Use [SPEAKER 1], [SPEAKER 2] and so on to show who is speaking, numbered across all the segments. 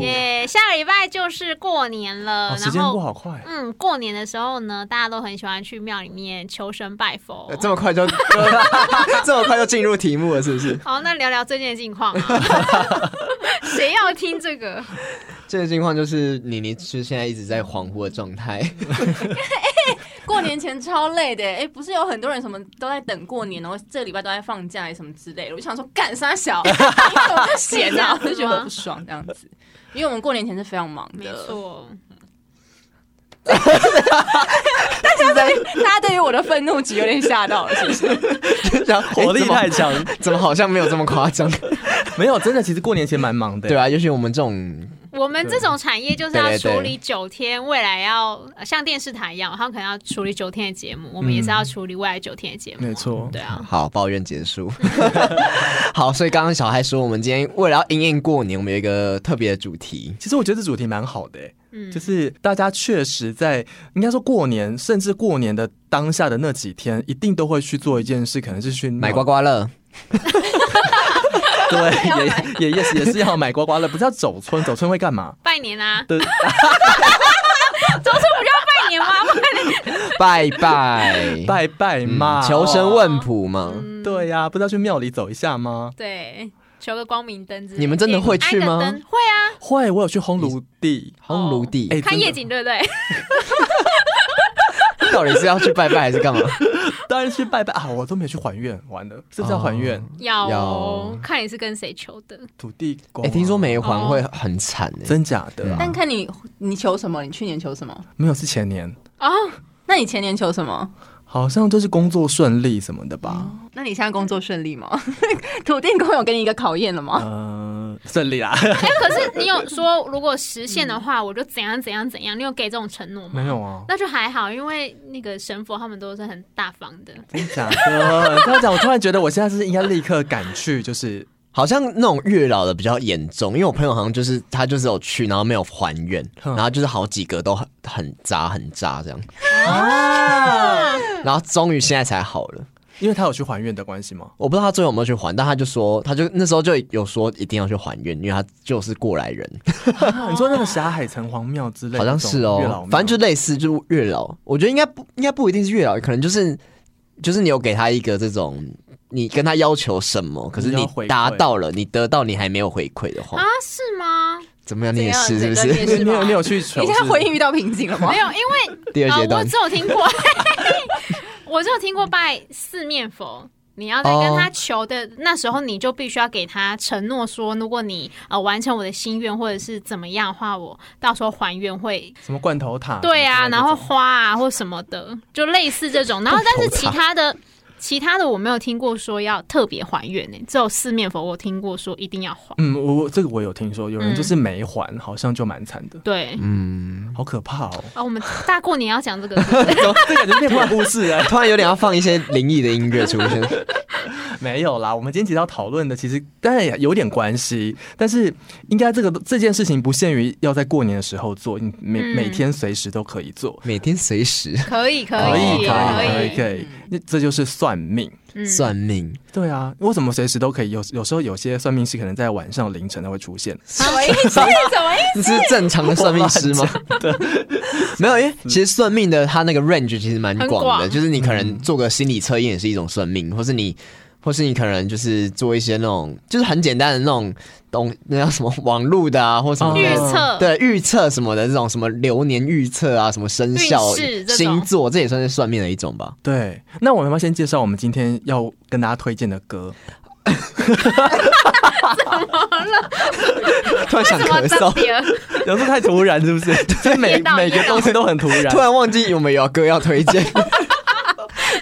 [SPEAKER 1] 耶！下个礼拜就是过年了，
[SPEAKER 2] 哦时间
[SPEAKER 1] 然后
[SPEAKER 2] 过好
[SPEAKER 3] 啊
[SPEAKER 2] 快
[SPEAKER 1] 嗯，过年的时候呢，大家都很喜欢去庙里面求神拜佛。
[SPEAKER 3] 呃这么 快就这么快就进入题目了，是不是？
[SPEAKER 1] 好，那聊聊最近的近况啊。 谁要听这个？
[SPEAKER 3] 这个情况就是妮妮是现在一直在恍惚的状态，
[SPEAKER 4] 过年前超累的、哎、不是有很多人什么都在等过年，然后这个礼拜都在放假哎什么之类的。我就想说，干啥 小，你怎么不闲啊？我就觉得很不爽这样子，因为我们过年前是非常忙
[SPEAKER 1] 没
[SPEAKER 4] 的。
[SPEAKER 1] 错，
[SPEAKER 4] 大家对于我的愤怒值有点吓到了，是不 是？
[SPEAKER 3] 然 后
[SPEAKER 2] 活力太，强，
[SPEAKER 3] 哎怎么怎么好像没有这么夸张？
[SPEAKER 2] 没有真的，其实过年前蛮忙的。
[SPEAKER 3] 对，啊，尤其我们这种
[SPEAKER 1] 我们这种产业就是要
[SPEAKER 3] 对对对
[SPEAKER 1] 处理九天，未来要呃像电视台一样，他们可能要处理九天的节
[SPEAKER 3] 嗯
[SPEAKER 1] 目，我们也是要处理未来九天的节目。
[SPEAKER 2] 没错
[SPEAKER 1] 对啊，
[SPEAKER 3] 好，抱怨结束。 好，所以刚刚小孩说，我们今天为了要迎迎过年，我们有一个特别的主题。
[SPEAKER 2] 其实我觉得这主题蛮好的、欸，
[SPEAKER 1] 嗯
[SPEAKER 2] 就是大家确实在应该说过年，甚至过年的当下的那几天，一定都会去做一件事，可能是去
[SPEAKER 3] 买刮刮
[SPEAKER 2] 刮，
[SPEAKER 3] 乐，
[SPEAKER 2] 对，也也也是也是要买刮刮乐，不是要走村，走村会干嘛？
[SPEAKER 1] 拜年啊，
[SPEAKER 2] 对，
[SPEAKER 1] 周春不就 要拜年吗？
[SPEAKER 3] 拜 拜
[SPEAKER 2] 拜拜嗯嘛，
[SPEAKER 3] 求神问卜嘛。
[SPEAKER 2] 对呀、不是要去庙里走一下吗？
[SPEAKER 1] 对，求个光明灯之类的。
[SPEAKER 3] 你们真的会去吗哎
[SPEAKER 1] 安个灯会啊，
[SPEAKER 2] 会，我有去烘炉地，
[SPEAKER 3] 烘炉地，
[SPEAKER 2] 哎
[SPEAKER 1] 看
[SPEAKER 2] 真的
[SPEAKER 1] 夜景对不对？
[SPEAKER 3] 哎到底是要去拜拜还是 干嘛？
[SPEAKER 2] 当然去拜拜啊，我都没有去还愿，完了，是不是要还愿？
[SPEAKER 1] 要
[SPEAKER 3] 要
[SPEAKER 1] 看你是跟谁求的。
[SPEAKER 2] 土地公、啊
[SPEAKER 3] 哎、听说，没还会很惨哎、
[SPEAKER 2] 哦真假的、啊
[SPEAKER 4] 但？看你你求什么，你去年求什么？
[SPEAKER 2] 没有，是前年，
[SPEAKER 1] 哦，
[SPEAKER 4] 那你前年求什么？
[SPEAKER 2] 好像就是工作顺利什么的吧。
[SPEAKER 4] 那你现在工作顺利吗？ 土地公有给你一个考验了
[SPEAKER 1] 哦
[SPEAKER 4] 吗？
[SPEAKER 2] 嗯，顺利啦。
[SPEAKER 1] 哎、可是你有说如果实现的
[SPEAKER 3] 嗯
[SPEAKER 1] 话，我就怎样怎样怎样，你有给这种承诺吗？
[SPEAKER 2] 没有啊，
[SPEAKER 1] 那就还好，因为那个神佛他们都是很大方的。
[SPEAKER 2] 真假的？你这样讲，我突然觉得我现在是应该立刻赶去，就是
[SPEAKER 3] 好像那种月老的比较严重，因为我朋友好像就是他就是有去，然后没有还愿，
[SPEAKER 2] 哼
[SPEAKER 3] 然后就是好几个都很很渣很渣这样，
[SPEAKER 2] 啊，
[SPEAKER 3] 然后终于现在才好了。
[SPEAKER 2] 因为他有去还愿的关系吗？
[SPEAKER 3] 我不知道他最后有没有去还，但他就说，他就那时候就有说一定要去还愿，因为他就是过来人，
[SPEAKER 1] 哦
[SPEAKER 2] 你说那个霞海城隍庙之类的，
[SPEAKER 3] 好像是
[SPEAKER 2] 那种月老
[SPEAKER 3] 哦
[SPEAKER 2] 庙，
[SPEAKER 3] 反正就类似就是月老，我觉得应该不应该不一定是月老，可能就是就是你有给他一个这种，你跟他要求什么，可是
[SPEAKER 2] 你
[SPEAKER 3] 你
[SPEAKER 2] 要回馈
[SPEAKER 3] 达到了，你得到你还没有回馈的话
[SPEAKER 1] 啊，，是吗？
[SPEAKER 3] 怎么样你也
[SPEAKER 4] 怎
[SPEAKER 3] 是是不
[SPEAKER 4] 样整个
[SPEAKER 3] 是？
[SPEAKER 4] 面试
[SPEAKER 2] 你有
[SPEAKER 4] 吗
[SPEAKER 2] 你有去求
[SPEAKER 4] 你现在婚姻遇到瓶颈了吗
[SPEAKER 1] 没？有，因为
[SPEAKER 3] 第二
[SPEAKER 1] 啊，
[SPEAKER 3] 阶
[SPEAKER 1] 我
[SPEAKER 3] 段
[SPEAKER 1] 只有听过，我只有听过拜四面佛。你要在
[SPEAKER 3] 哦
[SPEAKER 1] 跟他求的、那时候，你就必须要给他承诺说，如果你呃完成我的心愿或者是怎么样的话，我到时候还愿会
[SPEAKER 2] 什么罐头塔？
[SPEAKER 1] 对啊，
[SPEAKER 2] 什么之类的
[SPEAKER 1] 然后花啊或什么的，就类似这种。然后但是其他的其他的我没有听过说要特别还愿呢、只有四面佛我听过说一定要还。
[SPEAKER 2] 嗯，我我这个我有听说，有
[SPEAKER 1] 嗯
[SPEAKER 2] 人就是没还，好像就蛮惨的，
[SPEAKER 1] 对
[SPEAKER 3] 嗯，
[SPEAKER 2] 好可怕哦。
[SPEAKER 1] 啊，我们大过年要讲这个，对不对
[SPEAKER 2] 这感觉变鬼故事哎，
[SPEAKER 3] 突然有点要放一些灵异的音乐出现，
[SPEAKER 2] 没有啦。我们今天其实要讨论的，其实当然也有点关系，但是应该这个这件事情不限于要在过年的时候做，你每、
[SPEAKER 1] 嗯
[SPEAKER 2] 每天随时都可以做。
[SPEAKER 3] 每天随时
[SPEAKER 1] 可以可
[SPEAKER 2] 嗯
[SPEAKER 4] 哦
[SPEAKER 2] 可以
[SPEAKER 1] 以
[SPEAKER 2] 可以可以
[SPEAKER 1] 以，
[SPEAKER 2] 可以，那这就是算命。
[SPEAKER 1] 嗯
[SPEAKER 3] 算命，
[SPEAKER 2] 对啊，为什么随时都可以？有有时候有些算命师可能在晚上凌晨才会出现。
[SPEAKER 4] 什么意 思？什么意
[SPEAKER 3] 这
[SPEAKER 4] 思？
[SPEAKER 3] 是正常的算命师吗？ 没有，因为其实算命的他那个 range 其实蛮
[SPEAKER 1] 很
[SPEAKER 3] 广的，
[SPEAKER 1] 广嗯
[SPEAKER 3] 就是你可能做个心理测验也是一种算命，或是你，或是你可能就是做一些那种就是很简单的那种东那叫什么网络的啊，或什么
[SPEAKER 2] 哦
[SPEAKER 3] 的
[SPEAKER 1] 预测
[SPEAKER 3] 对预测什么的这种什么流年预测啊，什么生肖
[SPEAKER 1] 运势、这种
[SPEAKER 3] 星座，这也算是算命的一种 吧。
[SPEAKER 2] 对，那我们要不要先介绍我们今天要跟大家推荐的歌？
[SPEAKER 3] 突然想
[SPEAKER 1] 什么
[SPEAKER 3] 咳
[SPEAKER 1] 张
[SPEAKER 3] 嗽，
[SPEAKER 1] 别尔？
[SPEAKER 2] 有时候太突然，是不 是？就是每
[SPEAKER 1] 噎到
[SPEAKER 2] 每个
[SPEAKER 1] 噎到
[SPEAKER 2] 东西都很突然
[SPEAKER 3] 突。然忘记有没有歌要推荐。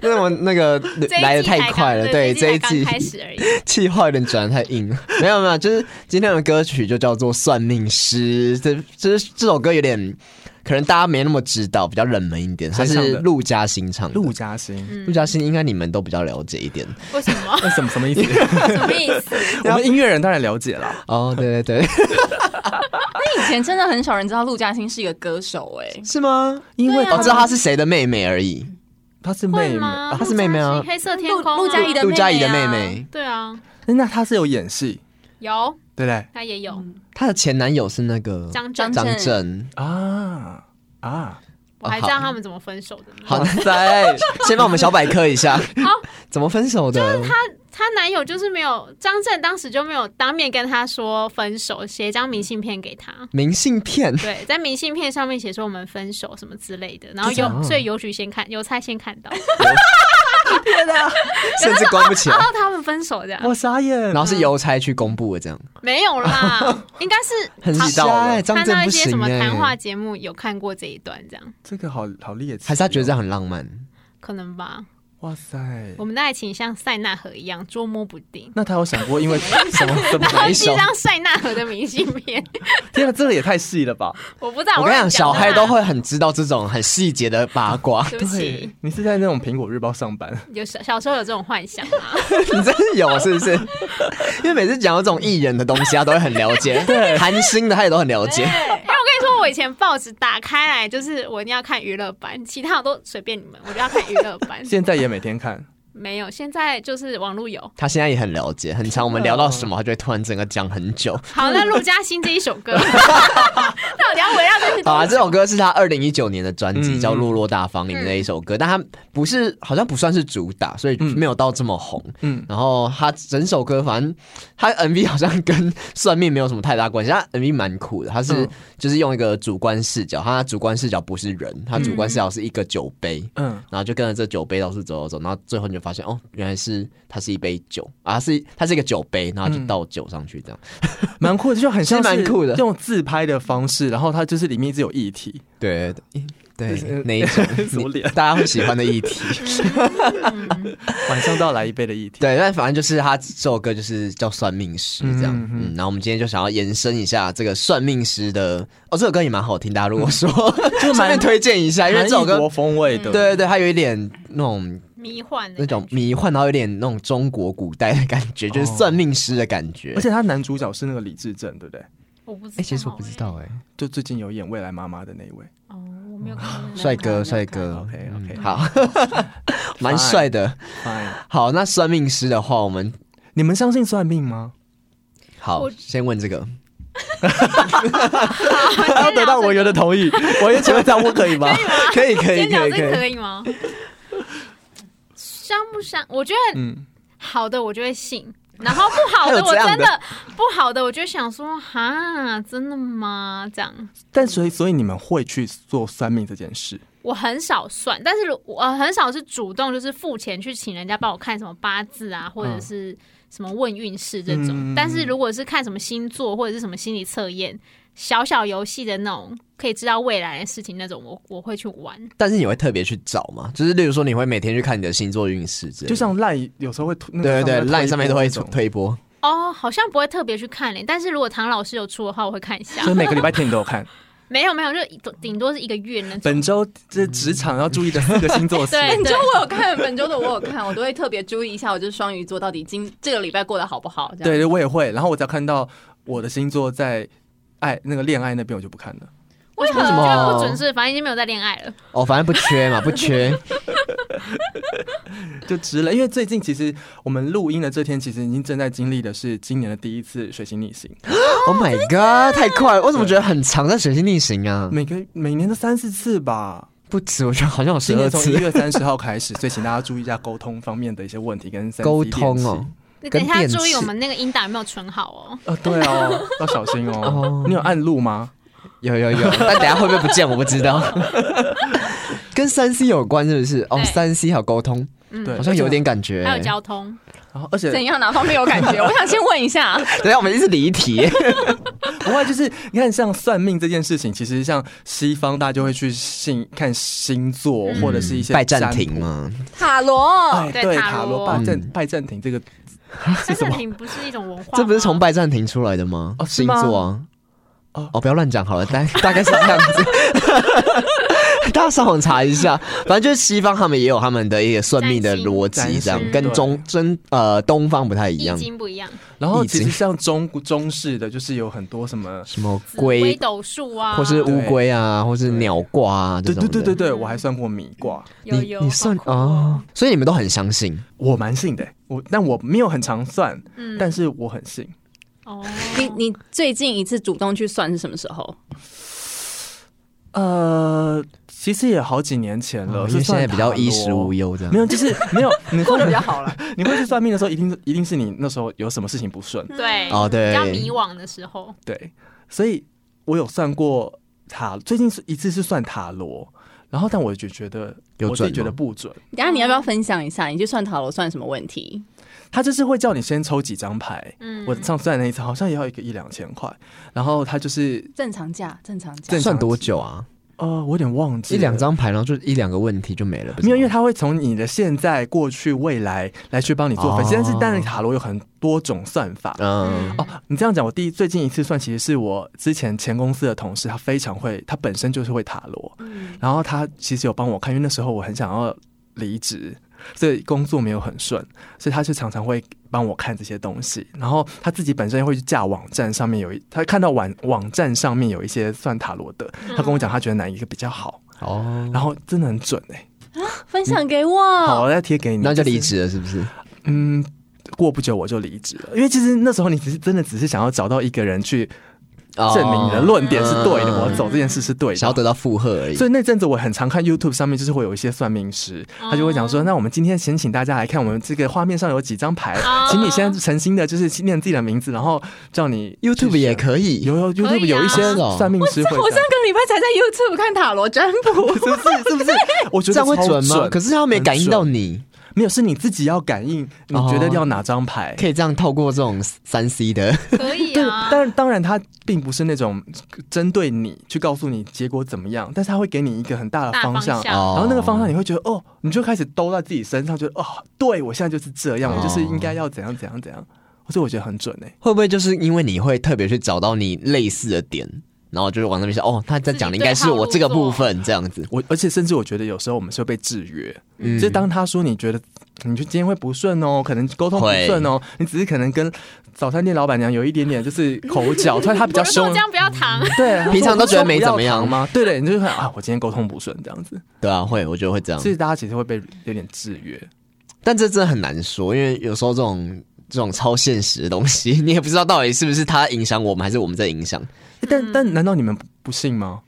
[SPEAKER 3] 那我那个
[SPEAKER 1] 这一季
[SPEAKER 3] 来的太
[SPEAKER 1] 才刚
[SPEAKER 3] 快了，对，这一
[SPEAKER 1] 才刚
[SPEAKER 3] 季
[SPEAKER 1] 开始而 已。
[SPEAKER 3] 气话有点转得太硬了，没有没有，就是今天的歌曲就叫做《算命师》，这这这首歌有点可能大家没那么知道，比较冷门一点，它
[SPEAKER 2] 谁唱的
[SPEAKER 3] 是陆嘉欣唱的。
[SPEAKER 2] 陆嘉欣，
[SPEAKER 3] 陆嘉欣应该你们都比较了解一点
[SPEAKER 1] 为什么？
[SPEAKER 2] 那什么什 么意思？
[SPEAKER 4] 什么意思？
[SPEAKER 2] 我们音乐人当然了解啦，
[SPEAKER 3] 哦，对对对，
[SPEAKER 4] 以前真的很少人知道陆嘉欣是一个歌手哎、
[SPEAKER 3] 是吗？
[SPEAKER 2] 因为
[SPEAKER 3] 我哦知道她是谁的妹妹而已，
[SPEAKER 2] 她是
[SPEAKER 1] 啊会
[SPEAKER 2] 妹妹，
[SPEAKER 1] 吗？
[SPEAKER 2] 啊
[SPEAKER 3] 她是妹妹啊
[SPEAKER 1] 陆嘉欣黑色天
[SPEAKER 4] 陆
[SPEAKER 1] 空啊，
[SPEAKER 4] 陆嘉怡的妹妹啊
[SPEAKER 3] 陆嘉怡的妹妹，
[SPEAKER 1] 对啊，
[SPEAKER 2] 那她是有演戏，
[SPEAKER 1] 有
[SPEAKER 2] 对不对？
[SPEAKER 1] 他也有
[SPEAKER 4] 嗯
[SPEAKER 3] 她的前男友是那个
[SPEAKER 1] 张震
[SPEAKER 4] 张，
[SPEAKER 3] 张
[SPEAKER 4] 震
[SPEAKER 3] 震。
[SPEAKER 2] 啊啊，
[SPEAKER 1] 我还知道他们怎么分手的呢。
[SPEAKER 3] 好，在 先帮我们小百科一下，怎么分手的？
[SPEAKER 1] 她男友就是没有张震，当时就没有当面跟她说分手，写一张明信片给她。
[SPEAKER 3] 明信 片，
[SPEAKER 1] 对，在明信片上面写说我们分手什么之类 的，然后
[SPEAKER 2] 这
[SPEAKER 3] 啊
[SPEAKER 1] 邮所以邮局先看，邮差先看到，
[SPEAKER 3] 甚至关不起来
[SPEAKER 1] 然，后他们分手这样
[SPEAKER 2] 我傻眼
[SPEAKER 3] 然，后是邮差去公布的，这样
[SPEAKER 1] 没 有啦，应该是
[SPEAKER 3] 很
[SPEAKER 1] 好
[SPEAKER 3] 吓欸张
[SPEAKER 1] 看
[SPEAKER 3] 震
[SPEAKER 1] 到
[SPEAKER 3] 不
[SPEAKER 1] 一些什
[SPEAKER 3] 行
[SPEAKER 1] 么
[SPEAKER 3] 哎，
[SPEAKER 1] 谈话节目有看过这一段这样，
[SPEAKER 2] 这个好好猎奇哦，
[SPEAKER 3] 还是他觉得这样很浪 漫？
[SPEAKER 1] 可能吧。
[SPEAKER 2] 哇塞
[SPEAKER 1] 我，们的爱情像塞纳河一样捉摸不定。
[SPEAKER 2] 那他有想过 因为什么什么？
[SPEAKER 3] 哪一
[SPEAKER 1] 寄
[SPEAKER 3] 首？
[SPEAKER 1] 张塞纳河的明信片，
[SPEAKER 2] 天啊，这个也太细了吧！
[SPEAKER 1] 我不知道。
[SPEAKER 3] 我跟你
[SPEAKER 1] 乱
[SPEAKER 3] 讲，小
[SPEAKER 1] 的啦
[SPEAKER 3] 孩都，会很知道这种很细节的八卦
[SPEAKER 1] ，对不
[SPEAKER 2] 对
[SPEAKER 1] 起，，
[SPEAKER 2] 你是在那种苹果日报上班，。
[SPEAKER 1] 有小小时候有这种幻想啊。
[SPEAKER 3] 你真是有是不是？因为每次讲到这种艺人的东西，他都会很了 解，韩星的他也都很了解。
[SPEAKER 1] 因为我跟你说，我以前报纸打开来就是我一定要看娱乐版，其他我都随便你们，我就要看娱乐版
[SPEAKER 2] 现在也每天看，
[SPEAKER 1] 没有，现在就是网络有。
[SPEAKER 3] 他现在也很了解，很常我们聊到什么，他就会突然整个讲很久。
[SPEAKER 1] 好，那陆嘉欣这一首歌，到底要围绕这 是
[SPEAKER 3] 好啊，这首歌是他二零一九年的专辑
[SPEAKER 2] 嗯
[SPEAKER 3] 叫《落落大方》里面的一首歌，但他不是好像不算是主打，所以没有到这么红。
[SPEAKER 2] 嗯，
[SPEAKER 3] 然后他整首歌，反正他 MV 好像跟算命没有什么太大关系。他 MV 蛮酷的，他是
[SPEAKER 2] 嗯
[SPEAKER 3] 就是用一个主观视角，他主观视角不是人，他主观视角是一个酒杯，
[SPEAKER 2] 嗯，
[SPEAKER 3] 然后就跟着这酒杯到处走走走，然后最后你就发现哦，原来是它是一杯酒啊，它是它是一个酒杯，然后就倒酒上去这
[SPEAKER 2] 嗯
[SPEAKER 3] 样。
[SPEAKER 2] 蛮酷的，就很像
[SPEAKER 3] 是蛮酷的
[SPEAKER 2] 用自拍的方式，然后它就是里面一直有议题，
[SPEAKER 3] 对 对
[SPEAKER 2] 就是呃
[SPEAKER 3] 那一种
[SPEAKER 2] 什么脸
[SPEAKER 3] 你大家会喜欢的议题。
[SPEAKER 2] 晚上都要来一杯的议题。
[SPEAKER 3] 对，但反正就是他这首歌就是叫算命师这样，
[SPEAKER 2] 嗯嗯
[SPEAKER 3] 嗯，然后我们今天就想要延伸一下这个算命师的，哦，这首歌也蛮好听，大家如果说
[SPEAKER 2] 嗯就
[SPEAKER 3] 顺
[SPEAKER 2] 蛮
[SPEAKER 3] 便推荐一下，因为这首
[SPEAKER 2] 蛮异
[SPEAKER 3] 歌，
[SPEAKER 2] 国风味的，
[SPEAKER 3] 对对对，它有一点那种
[SPEAKER 1] 迷幻欸的
[SPEAKER 3] 那种迷幻，然后有点那种中国古代的感觉，就是算命师的感觉。
[SPEAKER 2] 哦而且他男主角是那个李智正，对不对？
[SPEAKER 1] 我不知道、欸
[SPEAKER 3] 哎，其实我不知道哎，
[SPEAKER 2] 就最近有演《未来妈妈》的那一位，
[SPEAKER 1] 哦，我没有看过那个。
[SPEAKER 3] 帅 哥帅哥
[SPEAKER 2] OK，OK
[SPEAKER 3] 嗯好，蛮帅的。
[SPEAKER 2] Fine
[SPEAKER 3] 好，那算命师的话，我们
[SPEAKER 2] 你们相信算命吗？
[SPEAKER 3] 好
[SPEAKER 1] 我
[SPEAKER 3] 先问这个，
[SPEAKER 2] 他
[SPEAKER 3] 啊
[SPEAKER 2] 要得到文员的同意，文员请问这样问可以吗？
[SPEAKER 3] 可以可以
[SPEAKER 1] 先
[SPEAKER 3] 可
[SPEAKER 1] 聊
[SPEAKER 3] 以
[SPEAKER 1] 这个
[SPEAKER 3] 可以，
[SPEAKER 1] 可以吗？ 相不相？我觉得
[SPEAKER 2] 嗯，
[SPEAKER 1] 好的我就会信，然后不好
[SPEAKER 3] 还
[SPEAKER 1] 的
[SPEAKER 3] 有这
[SPEAKER 1] 我
[SPEAKER 3] 样的
[SPEAKER 1] 真的不好的我就想说，哈，真的吗？这样
[SPEAKER 2] 但所以所以你们会去做算命这件事，
[SPEAKER 1] 我很少算，但是如我呃很少是主动就是付钱去请人家帮我看什么八字啊，或者是什么问运势这种。
[SPEAKER 2] 嗯
[SPEAKER 1] 但是如果是看什么星座或者是什么心理测验，小小游戏的那种可以知道未来的事情那种，我我会去玩。
[SPEAKER 3] 但是你会特别去找嘛？就是例如说，你会每天去看你的星座运势之类的，
[SPEAKER 2] 就像赖有时候会推那
[SPEAKER 3] 对
[SPEAKER 2] 个
[SPEAKER 3] 对对，line 上面都会
[SPEAKER 2] 推播那种
[SPEAKER 3] 推播。
[SPEAKER 1] 哦，好像不会特别去看嘞、但是如果唐老师有出的话，我会看一下
[SPEAKER 2] 所。以每个礼拜天你都有看。
[SPEAKER 1] 没有没有，就顶多是一个月那种。
[SPEAKER 2] 本周这职场要注意的四个 星座是
[SPEAKER 1] 对
[SPEAKER 4] 本周我有看，本周的我有看，我都会特别注意一下，我就是双鱼座到底今 这个礼拜过得好不好？这样
[SPEAKER 2] 对，我也会。然后我只要看到我的星座在爱那个恋爱那边，我就不看了。
[SPEAKER 1] 为
[SPEAKER 3] 为什么
[SPEAKER 1] 我觉得不准是？反正已经没有在恋爱了。
[SPEAKER 3] 哦，反正不缺嘛，不缺。
[SPEAKER 2] 就值了，因为最近其实我们录音的这天，其实已经正在经历的是今年的第一次水星逆行，
[SPEAKER 3] Oh my god，太快了！我怎么觉得很长，在水星逆行啊？
[SPEAKER 2] 每个每年都三四次吧。
[SPEAKER 3] 不止，我觉得好像有十
[SPEAKER 2] 今
[SPEAKER 3] 二
[SPEAKER 2] 年从一
[SPEAKER 3] 次。
[SPEAKER 2] 月三十号开始，所以请大家注意一下沟通方面的一些问题 跟三 C
[SPEAKER 3] 沟通
[SPEAKER 2] 电
[SPEAKER 3] 哦
[SPEAKER 2] 器。，
[SPEAKER 1] 你等一下
[SPEAKER 3] 跟电
[SPEAKER 1] 注意
[SPEAKER 3] 池
[SPEAKER 1] 我们那个音档有没有存好哦。
[SPEAKER 2] 啊，对哦，要小心
[SPEAKER 3] 哦
[SPEAKER 2] 哦。你有按录吗？
[SPEAKER 3] 有有有， 但等一下会不 会不见我不知道。跟三 C 有关是不是？哦
[SPEAKER 1] 对，
[SPEAKER 3] 三 C 还有沟通，
[SPEAKER 1] 嗯
[SPEAKER 2] 对
[SPEAKER 3] 好像有点感觉、
[SPEAKER 1] 还有交通，
[SPEAKER 2] 然后而且
[SPEAKER 4] 怎样哪方面有感觉？我想先问一下，
[SPEAKER 3] 等一下我们一直离题，
[SPEAKER 2] 不外就是你看，像算命这件事情，其实像西方大家就会去信看星座
[SPEAKER 1] 嗯哦
[SPEAKER 2] 或者是一些
[SPEAKER 3] 拜占
[SPEAKER 2] 占
[SPEAKER 3] 庭
[SPEAKER 2] 卜。
[SPEAKER 3] 吗？
[SPEAKER 4] 塔罗
[SPEAKER 2] 哎，
[SPEAKER 1] 对
[SPEAKER 2] 对，
[SPEAKER 1] 塔
[SPEAKER 2] 塔罗
[SPEAKER 1] 罗
[SPEAKER 2] 拜占
[SPEAKER 3] 嗯
[SPEAKER 2] 拜占庭 这个
[SPEAKER 1] 但是挺不是一种 文化吗，
[SPEAKER 3] 这不是从拜占庭出来的吗？
[SPEAKER 2] 哦是
[SPEAKER 3] 星
[SPEAKER 2] 吗
[SPEAKER 3] 座啊。
[SPEAKER 2] 哦
[SPEAKER 3] 哦，不要乱讲好了，大大概是 这样子。 大家上网查一下，反正就是西方他们也有他们的一个算命的逻辑，这样
[SPEAKER 2] 占星
[SPEAKER 3] 跟中真呃东方不太一
[SPEAKER 1] 易
[SPEAKER 3] 样。
[SPEAKER 1] 经不一样，
[SPEAKER 2] 然后其
[SPEAKER 3] 易经
[SPEAKER 2] 实像中中式的，就是有很多什么，
[SPEAKER 3] 什么
[SPEAKER 1] 紫微
[SPEAKER 3] 龟，
[SPEAKER 1] 斗数啊，
[SPEAKER 3] 或是乌龟啊，或是鸟卦啊，这
[SPEAKER 2] 对
[SPEAKER 3] 种的
[SPEAKER 2] 对对对对，我还算过米卦，
[SPEAKER 1] 有
[SPEAKER 3] 你
[SPEAKER 1] 有
[SPEAKER 3] 你算
[SPEAKER 1] 好酷
[SPEAKER 3] 哦，所以你们都很相信。
[SPEAKER 2] 我蛮信的，我但我没有很常算，
[SPEAKER 1] 嗯
[SPEAKER 2] 但是我很信。
[SPEAKER 1] 哦，
[SPEAKER 4] 你你最近一次主动去算是什么时候？
[SPEAKER 2] 呃，其实也好几年前
[SPEAKER 3] 哦因为
[SPEAKER 2] 了，嗯是
[SPEAKER 3] 现
[SPEAKER 2] 算
[SPEAKER 3] 在比较
[SPEAKER 2] 塔罗
[SPEAKER 3] 衣食无忧这样
[SPEAKER 2] 没。有， 就是没有，你
[SPEAKER 4] 过
[SPEAKER 2] 会
[SPEAKER 4] 得比较好了。
[SPEAKER 2] 你会去算命的时候，一定一定是你那时候有什么事情不顺，
[SPEAKER 1] 对
[SPEAKER 3] 哦对
[SPEAKER 1] 比较迷惘的时候，
[SPEAKER 2] 对，所以我有算过塔，最近是一次是算塔罗，然后但我就觉得
[SPEAKER 3] 有
[SPEAKER 2] 我自己
[SPEAKER 3] 准
[SPEAKER 2] 觉
[SPEAKER 3] 吗
[SPEAKER 2] 得不准，
[SPEAKER 4] 等一下你要不要分享一下？你去算塔罗算什么问题？
[SPEAKER 2] 他就是会叫你先抽几张牌。
[SPEAKER 1] 嗯，
[SPEAKER 2] 我上次算那一次好像也要一个一两千块，然后他就是
[SPEAKER 4] 正常价，正常价
[SPEAKER 2] 正。
[SPEAKER 3] 算多久啊？
[SPEAKER 2] 呃，我有点忘记
[SPEAKER 3] 一两
[SPEAKER 2] 了。
[SPEAKER 3] 张牌，然后就一两个问题就没了。不是
[SPEAKER 2] 没有，因为
[SPEAKER 3] 吗
[SPEAKER 2] 他会从你的现在、过去、未来来去帮你做分析。但
[SPEAKER 3] 哦
[SPEAKER 2] 是，当然塔罗有很多种算法，
[SPEAKER 3] 嗯
[SPEAKER 1] 哦，
[SPEAKER 2] 你这样讲，我第一最近一次算，其实是我之前前公司的同事，他非常会，他本身就是会塔罗，
[SPEAKER 3] 嗯
[SPEAKER 2] 然后他其实有帮我看，因为那时候我很想要离职，所以工作没有很顺，所以他就常常会帮我看这些东西。然后他自己本身会去架网站上面有一，他看到网网站上面有一些算塔罗的，
[SPEAKER 1] 嗯
[SPEAKER 2] 他跟我讲他觉得哪一个比较好，
[SPEAKER 3] 哦，
[SPEAKER 2] 然后真的很准哎、
[SPEAKER 4] 分享给我。
[SPEAKER 2] 好，啊我再贴给你，
[SPEAKER 3] 那就离
[SPEAKER 2] 是
[SPEAKER 3] 职了是不是？
[SPEAKER 2] 嗯，过不久我就离职了，因为其实那时候你只是真的只是想要找到一个人去证明你的
[SPEAKER 3] 哦
[SPEAKER 2] 论点是对的，
[SPEAKER 3] 嗯
[SPEAKER 2] 我走这件事是对
[SPEAKER 3] 想要
[SPEAKER 2] 的。
[SPEAKER 3] 得到附和而已。
[SPEAKER 2] 所以那阵子我很常看 YouTube 上面，就是会有一些算命师，他就会讲说：“那我们今天先请大家来看我们这个画面上有几张牌，
[SPEAKER 1] 哦
[SPEAKER 2] 请你先诚心的，就是念自己的名字，然后叫你去
[SPEAKER 3] YouTube 也
[SPEAKER 2] 选
[SPEAKER 3] 可以，
[SPEAKER 2] 有有
[SPEAKER 1] 可
[SPEAKER 2] YouTube
[SPEAKER 1] 以啊
[SPEAKER 2] 有一些
[SPEAKER 3] 是哦
[SPEAKER 2] 算命师会
[SPEAKER 4] 我上个礼拜才在 YouTube 看塔罗占 卜，
[SPEAKER 2] 这样，是不是？是不是？我觉
[SPEAKER 3] 这样
[SPEAKER 2] 得
[SPEAKER 3] 会
[SPEAKER 2] 超
[SPEAKER 3] 准吗？可是他没感应到你，
[SPEAKER 2] 没有，是你自己要感应，你觉得
[SPEAKER 3] 哦
[SPEAKER 2] 要哪张牌？
[SPEAKER 3] 可以这样透过这种三 C 的，
[SPEAKER 1] 可以
[SPEAKER 2] 对，
[SPEAKER 1] 啊，
[SPEAKER 2] 但当然他并不是那种呃针对你去告诉你结果怎么样，但是他会给你一个很大的
[SPEAKER 1] 大
[SPEAKER 2] 方
[SPEAKER 1] 方
[SPEAKER 2] 向，
[SPEAKER 1] 向
[SPEAKER 3] 哦
[SPEAKER 2] 然后那个方向你会觉得哦，你就开始兜到自己身上，觉得哦，对我现在就是这
[SPEAKER 1] 哦
[SPEAKER 2] 样，我就是应该要怎样怎样怎样，所以我觉得很准哎、
[SPEAKER 3] 会不会就是因为你会特别去找到你类似的点，然后就是往那边想，哦，他在讲的应该是我这个部分这样子。嗯
[SPEAKER 2] 我而且甚至我觉得有时候我们是会被制约，就是当他说你觉得嗯你就今天会不顺哦，可能沟通不顺哦，你只是可能跟早餐店老板娘有一点点就是口角，突然他比较
[SPEAKER 1] 我 就说
[SPEAKER 2] 凶
[SPEAKER 1] 这。样不要糖，
[SPEAKER 2] 对，
[SPEAKER 3] 平常都觉得没
[SPEAKER 2] 他说
[SPEAKER 3] 怎么样
[SPEAKER 2] 不要糖吗？对的，你就会看啊，我今天沟通不顺这样子。
[SPEAKER 3] 对啊，会，我觉得会这样
[SPEAKER 2] 所。以大家其实会被有点制约。
[SPEAKER 3] 但这真的很难说，因为有时候这种这种超现实的东西， 你也不知道到底是不是他影响我们，还是我们在影响。
[SPEAKER 1] 嗯
[SPEAKER 2] 但但难道你们不不信吗？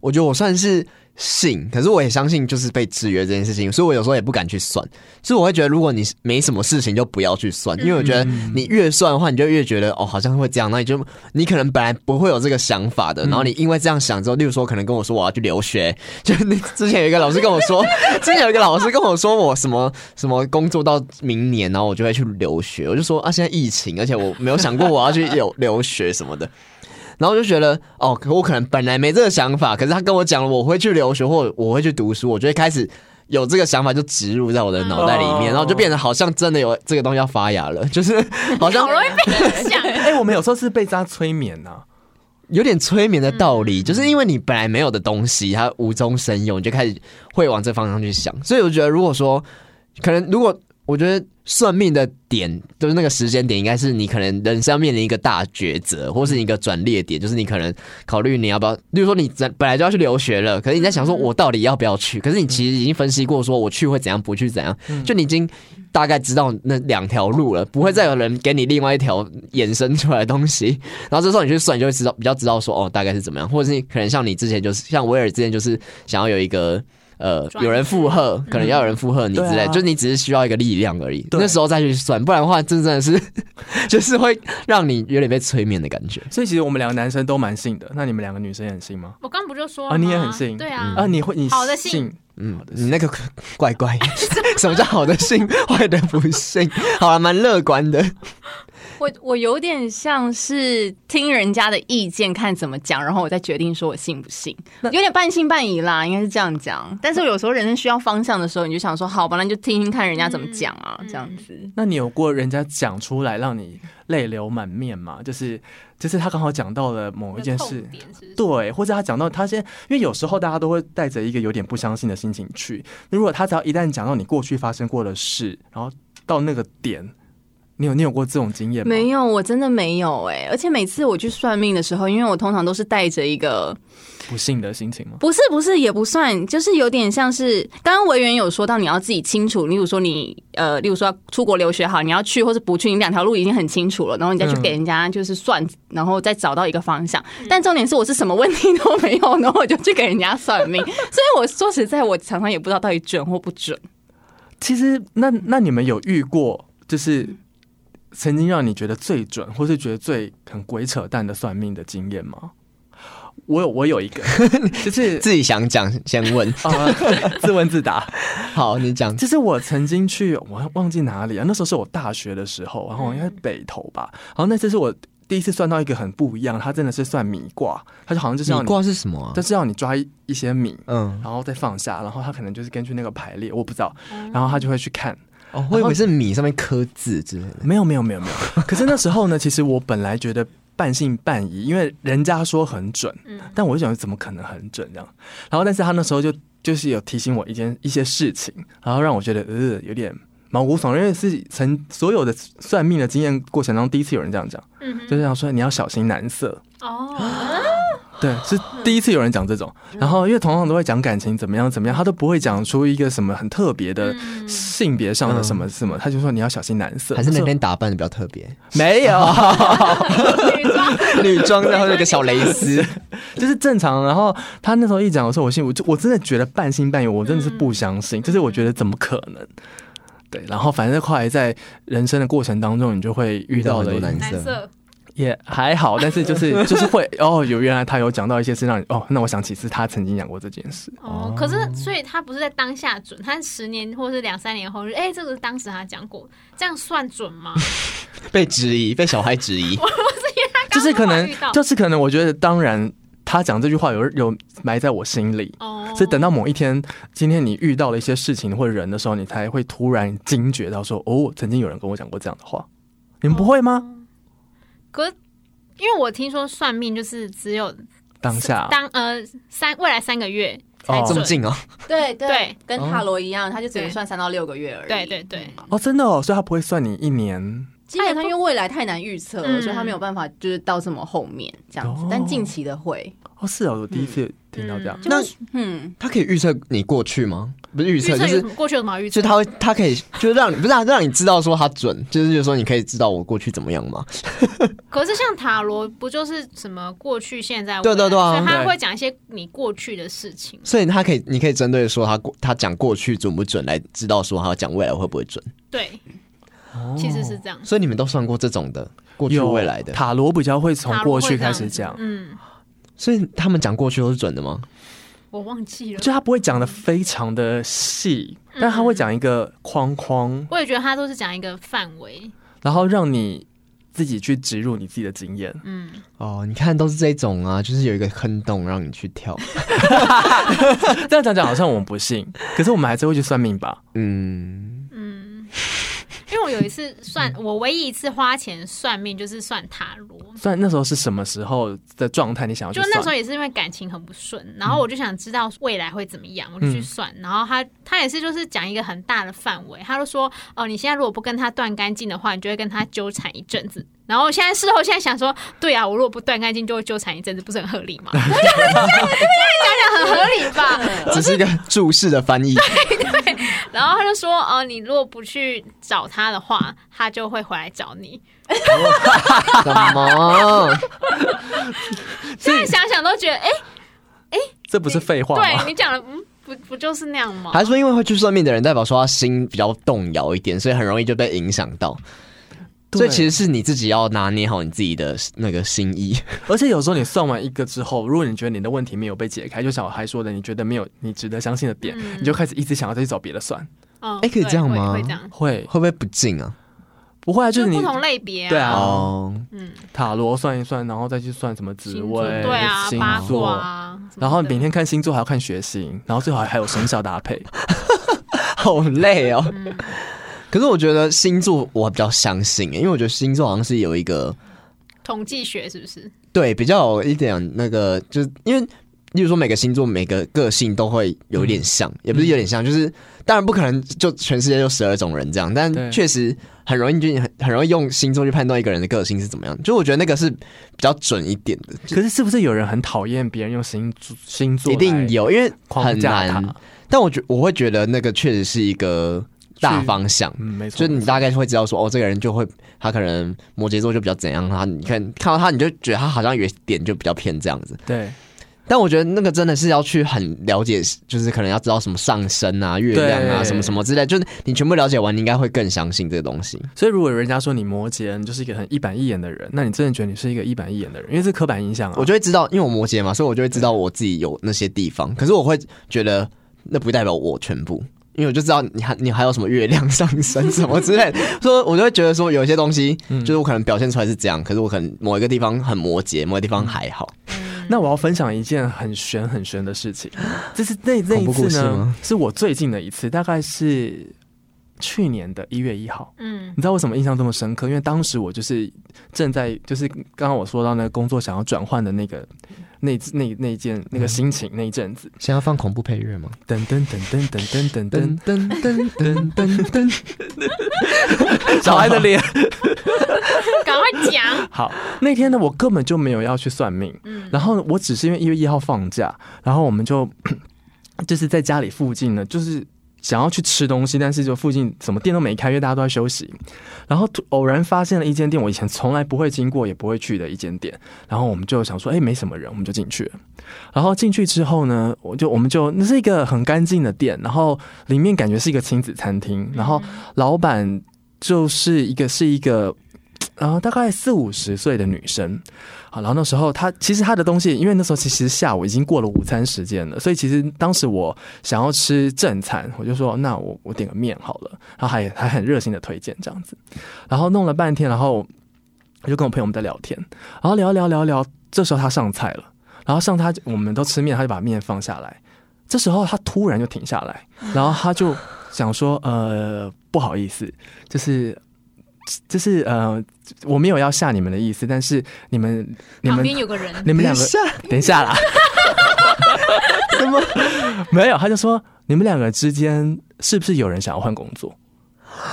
[SPEAKER 3] 我觉得我算是信，可是我也相信就是被制约这件事情，所以我有时候也不敢去算。所以我会觉得，如果你没什么事情，就不要去算，因为我觉得你越算的话，你就越觉得哦，好像会这样，那你就你可能本来不会有这个想法的，然后你因为这样想之后，例如说可能跟我说我要去留学， 就是你之前有一个老师跟我说， 之前有一个老师跟我说我什么什么工作到明年，然后我就会去留学，我就说啊，现在疫情，而且我没有想过我要去留留学什么的。然后我就觉得，哦，可我可能本来没这个想法，可是他跟我讲了我会去留学或我会去读书，我就会开始有这个想法就植入在我的脑袋里面，
[SPEAKER 2] 哦
[SPEAKER 3] 然后就变得好像真的有这个东西要发芽了， 就是好像
[SPEAKER 1] 好容易被影 响。
[SPEAKER 2] 哎、我们有时候是被大家催眠啊呐、
[SPEAKER 3] 有点催眠的道理，就是因为你本来没有的东西，它无中生有，你就开始会往这方向去想。所以我觉得，如果说可能，如果我觉得算命的点，就是那个时间点，应该是你可能人生要面临一个大抉择，或是一个转捩点，就是你可能考虑你要不要，例如说你本本来就要去留学了，可是你在想说我到底要不要去？可是你其实已经分析过，说我去会怎样，不去怎样，
[SPEAKER 2] 嗯
[SPEAKER 3] 就你已经大概知道那两条路了，不会再有人给你另外一条衍生出来的东西。然后这时候你去算，你就会知道比较知道说哦大概是怎么样，或者是你可能像你之前就是像威尔之前就是想要有一个呃
[SPEAKER 1] 转
[SPEAKER 3] 有人附和，可能要有人附和你之
[SPEAKER 2] 对
[SPEAKER 3] 类，
[SPEAKER 2] 啊
[SPEAKER 3] 就是你只是需要一个力量而已。
[SPEAKER 2] 对
[SPEAKER 3] 那时候再去算，不然的话真的是 就是会让你有点被催眠的感觉。
[SPEAKER 2] 所以其实我们两个男生都蛮信的。那你们两个女生也很信吗？
[SPEAKER 1] 我刚不就说
[SPEAKER 2] 啊
[SPEAKER 1] 了吗？
[SPEAKER 2] 你也很信
[SPEAKER 1] 对啊，
[SPEAKER 2] 啊，你会你
[SPEAKER 1] 好的信
[SPEAKER 2] 信？
[SPEAKER 3] 嗯，你那个 怪怪，什么叫好的幸，坏的不幸？ 好了，蛮乐观的。
[SPEAKER 4] 我我有点像是听人家的意见，看怎么讲，然后我再决定说我信不信，有点半信半疑啦，应该是这样讲。但是有时候人生需要方向的时候，你就想说，好吧，那你就听听看人家怎么讲啊，
[SPEAKER 1] 嗯
[SPEAKER 4] 这样子。
[SPEAKER 2] 那你有过人家讲出来让你泪流满面吗？就是就是他刚好讲到了某一件事，
[SPEAKER 1] 痛点是不是，
[SPEAKER 2] 对，或者他讲到他先，因为有时候大家都会带着一个有点不相信的心情去。那如果他只要一旦讲到你过去发生过的事，然后到那个点，你有你有过这种经验吗？
[SPEAKER 4] 没有，我真的没有哎、而且每次我去算命的时候，因为我通常都是带着一个
[SPEAKER 2] 不幸的心情吗？
[SPEAKER 4] 不是不是也不算，就是有点像是刚刚维园有说到你要自己清楚，例如说你呃，例如说要出国留学好，你要去或是不去，你两条路已经很清楚了，然后你再去
[SPEAKER 2] 嗯
[SPEAKER 4] 给人家就是算，然后再找到一个方向。
[SPEAKER 1] 嗯
[SPEAKER 4] 但重点是我是什么问题都没有，然后我就去给人家算命，所以我说实在，我常常也不知道到底准或不准。
[SPEAKER 2] 其实那那你们有遇过就是曾经让你觉得最准，或是觉得最很鬼扯淡的算命的经验吗？我有我有一个， 就是
[SPEAKER 3] 自己想讲先 问。
[SPEAKER 2] 啊、自问自答。
[SPEAKER 3] 好，你讲。
[SPEAKER 2] 就是我曾经去，我忘记哪里啊，那时候是我大学的时候，然后我应该是北投吧，然后那次是我第一次算到一个很不一样，它真的是算米卦，它就好像就是要
[SPEAKER 3] 你
[SPEAKER 2] 你，
[SPEAKER 3] 卦是什么啊
[SPEAKER 2] 它？是要你抓一一些米，
[SPEAKER 3] 嗯，
[SPEAKER 2] 然后再放下，然后它可能就是根据那个排列，我不知道，然后他就会去看。
[SPEAKER 3] 哦，我以为是米上面刻字之类的。
[SPEAKER 2] 没有没有没有没 有。可是那时候呢，其实我本来觉得半信半疑，因为人家说很准，
[SPEAKER 1] 嗯
[SPEAKER 2] 但我就想怎么可能很准这样。然后，但是他那时候就就是有提醒我一件一些事情，然后让我觉得呃有点毛骨悚然，因为是曾所有的算命的经验过程中第一次有人这样讲，
[SPEAKER 1] 嗯哼，
[SPEAKER 2] 就是想说你要小心男色。
[SPEAKER 1] 哦，嗯
[SPEAKER 2] 对，是第一次有人讲这种，然后因为通常都会讲感情怎么样怎么样，他都不会讲出一个什么很特别的
[SPEAKER 1] 嗯
[SPEAKER 2] 性别上的什么什么，他就说你要小心男色，
[SPEAKER 3] 还是那
[SPEAKER 2] 我说
[SPEAKER 3] 天打扮的比较特 别，
[SPEAKER 2] 没有，
[SPEAKER 1] 女装
[SPEAKER 3] 女 装，然后有一个小蕾丝，
[SPEAKER 2] 就是正常。然后他那时候一讲的时候，我心里我就我真的觉得半信半疑，我真的是
[SPEAKER 1] 嗯
[SPEAKER 2] 不相信，就是我觉得怎么可能？对，然后反正后来在人生的过程当中，你就会遇到
[SPEAKER 3] 很
[SPEAKER 2] 了
[SPEAKER 3] 多男
[SPEAKER 1] 蓝
[SPEAKER 3] 色。
[SPEAKER 1] 色，
[SPEAKER 2] 也还好，但是就是就是会哦，有原来他有讲到一些是让你哦，那我想起是他曾经讲过这件事，
[SPEAKER 1] 哦，可是所以他不是在当下准，他十年或是两三年后，哎、这个当时他讲过，这样算 准吗？
[SPEAKER 3] 被质疑，被小孩质疑。
[SPEAKER 2] 就是可
[SPEAKER 1] 刚
[SPEAKER 2] 能
[SPEAKER 1] 好遇到
[SPEAKER 2] 就是可能，我觉得当然他讲这句话有有埋在我心里。
[SPEAKER 1] 哦，
[SPEAKER 2] 所以等到某一天，今天你遇到了一些事情或人的时候，你才会突然惊觉到说，哦，曾经有人跟我讲过这样的话。你们不会吗？
[SPEAKER 1] 可是因为我听说算命就是只有
[SPEAKER 2] 当下
[SPEAKER 1] 当呃三未来三个月才
[SPEAKER 2] 哦
[SPEAKER 3] 这
[SPEAKER 1] 准，
[SPEAKER 3] 么近哦，
[SPEAKER 4] 对对
[SPEAKER 1] 对
[SPEAKER 4] 跟塔罗一样，他就只能
[SPEAKER 1] 对
[SPEAKER 4] 算三到六个月而已。嗯
[SPEAKER 1] 对对对，
[SPEAKER 2] 哦，真的哦，所以他不会算你一年
[SPEAKER 4] 基本上因为未来太难预测了，
[SPEAKER 1] 嗯
[SPEAKER 4] 所以他没有办法就是到这么后面这样子
[SPEAKER 2] 哦。
[SPEAKER 4] 但近期的会，
[SPEAKER 2] 哦，是哦，我第一次听到这样
[SPEAKER 1] 嗯。
[SPEAKER 3] 那
[SPEAKER 4] 嗯，
[SPEAKER 3] 他可以预测你过去吗？不啊是预
[SPEAKER 1] 预
[SPEAKER 3] 测，就
[SPEAKER 1] 测有
[SPEAKER 3] 是
[SPEAKER 1] 什么过去有什么好预
[SPEAKER 3] 就
[SPEAKER 1] 测
[SPEAKER 3] 是？他会，他可以就是让你不是、啊、让你知道说他准，就是就是说你可以知道我过去怎么样吗？
[SPEAKER 1] 可是像塔罗不就是什么过去、现在、
[SPEAKER 3] 对
[SPEAKER 1] 未来
[SPEAKER 3] 对对啊
[SPEAKER 1] 所以他
[SPEAKER 2] 对
[SPEAKER 1] 会讲一些你过去的事情。
[SPEAKER 3] 所以他可以，你可以针对说他过他讲过去准不准来知道说他讲未来会不会准。
[SPEAKER 1] 对，
[SPEAKER 2] 哦
[SPEAKER 1] 其实是这样。
[SPEAKER 3] 所以你们都算过这种的过去
[SPEAKER 2] 有
[SPEAKER 3] 未来的，
[SPEAKER 2] 塔罗比较会从
[SPEAKER 1] 塔罗
[SPEAKER 2] 过
[SPEAKER 1] 会
[SPEAKER 2] 去
[SPEAKER 1] 这样
[SPEAKER 2] 开始讲，
[SPEAKER 1] 嗯，
[SPEAKER 3] 所以他们讲过去都是准的吗？
[SPEAKER 1] 我忘记了。
[SPEAKER 2] 就他不会讲的非常的细，
[SPEAKER 1] 嗯
[SPEAKER 2] 但他会讲一个框框，
[SPEAKER 1] 我也觉得他都是讲一个范围，
[SPEAKER 2] 然后让你自己去植入你自己的经验。
[SPEAKER 1] 嗯，
[SPEAKER 3] 哦，你看都是这种啊，就是有一个坑洞让你去跳。
[SPEAKER 2] 这样讲讲好像我们不信，可是我们还是会去算命吧？
[SPEAKER 3] 嗯，
[SPEAKER 1] 因为我有一次算，我唯一一次花钱算命就是算塔罗，
[SPEAKER 2] 算那时候是什么时候的状态？你想要去
[SPEAKER 1] 就
[SPEAKER 2] 算？
[SPEAKER 1] 那时候也是因为感情很不顺，然后我就想知道未来会怎么样，我就去算。然后他他也是就是讲一个很大的范围，他就说哦，你现在如果不跟他断干净的话，你就会跟他纠缠一阵子。然后我现在事后现在想说，对啊，我如果不断干净就会纠缠一阵子，不是很合理吗？现在想
[SPEAKER 4] 嗯
[SPEAKER 1] 想很合理 吧。
[SPEAKER 3] 只是一个注释的翻译。
[SPEAKER 1] 然后他就说哦，你如果不去找他的话，他就会回来找你。
[SPEAKER 3] 什么？
[SPEAKER 1] 现在想想都觉得，哎，
[SPEAKER 2] 这不是废话吗
[SPEAKER 1] 对？你讲的，嗯，不不就是那样吗？
[SPEAKER 3] 还是说因为会去算命的人，代表说他心比较动摇一点，所以很容易就被影响到。所以其
[SPEAKER 2] 实，
[SPEAKER 3] 实是你自己要拿捏好你自己的那个心意。
[SPEAKER 2] 而且有时候你算完一个之后，如果你觉得你的问题没有被解开，就像我还说的，你觉得没有你值得相信的点，
[SPEAKER 1] 嗯
[SPEAKER 2] 你就开始一直想要再去找别的算，
[SPEAKER 1] 嗯，
[SPEAKER 3] 哎可以
[SPEAKER 1] 对
[SPEAKER 3] 这样
[SPEAKER 1] 会
[SPEAKER 3] 吗
[SPEAKER 1] 会这样，
[SPEAKER 2] 会
[SPEAKER 3] 会不会不进啊？
[SPEAKER 2] 不会啊？就是
[SPEAKER 1] 嗯就
[SPEAKER 2] 你
[SPEAKER 1] 不同类别啊，
[SPEAKER 2] 对啊
[SPEAKER 3] 哦，
[SPEAKER 1] 嗯，
[SPEAKER 2] 塔罗算一算，然后再去算什么职
[SPEAKER 4] 星座
[SPEAKER 2] 位、
[SPEAKER 1] 对啊，
[SPEAKER 2] 星
[SPEAKER 1] 八
[SPEAKER 2] 座
[SPEAKER 1] 卦啊，
[SPEAKER 2] 然后每天看星座还要看 血型，然后最好还有生肖搭配。
[SPEAKER 3] 好累哦。
[SPEAKER 1] 嗯
[SPEAKER 3] 可是我觉得星座我比较相信，欸因为我觉得星座好像是有一个
[SPEAKER 1] 统计学是不是？
[SPEAKER 3] 对比较有一点那个，就是因为。例如说，每个星座每个个性都会有一点像，
[SPEAKER 2] 嗯
[SPEAKER 3] 也不是有点像，就是当然不可能就全世界就十二种人这样，但
[SPEAKER 2] 对
[SPEAKER 3] 确实很容易就很很容易用星座去判断一个人的个性是怎么样。就我觉得那个是比较准一点的，
[SPEAKER 2] 可是是不是有人很讨厌别人用星座星座
[SPEAKER 3] 一定
[SPEAKER 2] 来
[SPEAKER 3] 有，因为
[SPEAKER 2] 框
[SPEAKER 3] 很
[SPEAKER 2] 架
[SPEAKER 3] 难
[SPEAKER 2] 他？
[SPEAKER 3] 但我觉我会觉得那个确实是一个大方向，
[SPEAKER 2] 嗯，没错，
[SPEAKER 3] 就是你大概会知道说，哦，这个人就会他可能摩羯座就比较怎样，他你看看到他你就觉得他好像有一点就比较偏这样子。
[SPEAKER 2] 对
[SPEAKER 3] 但我觉得那个真的是要去很了解，就是可能要知道什么上升啊、月亮啊、
[SPEAKER 2] 对
[SPEAKER 3] 什么什么之类，就是你全部了解完，你应该会更相信这个东西。
[SPEAKER 2] 所以如果人家说你摩羯，你就是一个很一板一眼的人，那你真的觉得你是一个一板一眼的人，因为这是刻板印象啊。
[SPEAKER 3] 我就会知道，因为我摩羯嘛，所以我就会知道我自己有那些地方。可是我会觉得那不代表我全部，因为我就知道你还你还有什么月亮上升什么之类的，所以我就会觉得说有一些东西，
[SPEAKER 2] 嗯
[SPEAKER 3] 就是我可能表现出来是这样，可是我可能某一个地方很摩羯，某个地方还好。
[SPEAKER 1] 嗯
[SPEAKER 2] 那我要分享一件很玄很玄的事情，这是那那
[SPEAKER 3] 恐
[SPEAKER 2] 一
[SPEAKER 3] 怖故
[SPEAKER 2] 次
[SPEAKER 3] 事
[SPEAKER 2] 呢
[SPEAKER 3] 吗，
[SPEAKER 2] 是我最近的一次，大概是去年的一月一号。
[SPEAKER 1] 嗯
[SPEAKER 2] 你知道为什么印象这么深刻？因为当时我就是正在，就是刚刚我说到那个工作想要转换的那个那那那一件那个心情那一阵子，
[SPEAKER 3] 现在要放恐怖配乐吗？
[SPEAKER 2] 嗯噔噔噔噔噔噔噔噔，
[SPEAKER 3] 噔噔噔噔噔，
[SPEAKER 2] 小孩的脸。
[SPEAKER 1] 赶快讲，
[SPEAKER 2] 好，那天呢，我根本就没有要去算命，
[SPEAKER 1] 嗯
[SPEAKER 2] 然后呢我只是因为一月一号放假，然后我们就 就是在家里附近呢，就是想要去吃东西，但是就附近什么店都没开，因为大家都在休息。然后突偶然发现了一间店，我以前从来不会经过也不会去的一间店。然后我们就想说，哎、没什么人，我们就进去了。然后进去之后呢，我就我们就那是一个很干净的店，然后里面感觉是一个亲子餐厅，然后老板就是一个是一个。然呃后大概四五十岁的女生，好，然后那时候她其实她的东西，因为那时候其实下午已经过了午餐时间了，所以其实当时我想要吃正餐，我就说那我我点个面好了，然后还还很热心的推荐这样子，然后弄了半天，然后我就跟我朋友们在聊天，然后聊聊聊聊，这时候她上菜了，然后上她我们都吃面，她就把面放下来，这时候她突然就停下来，然后她就想说呃不好意思，就是。就是呃，我没有要吓你们的意思，但是你们 你
[SPEAKER 1] 旁
[SPEAKER 2] 们
[SPEAKER 1] 边有个人，
[SPEAKER 2] 你们两个等一下啦，
[SPEAKER 3] 怎么？
[SPEAKER 2] 没有，他就说你们两个之间是不是有人想要换工作？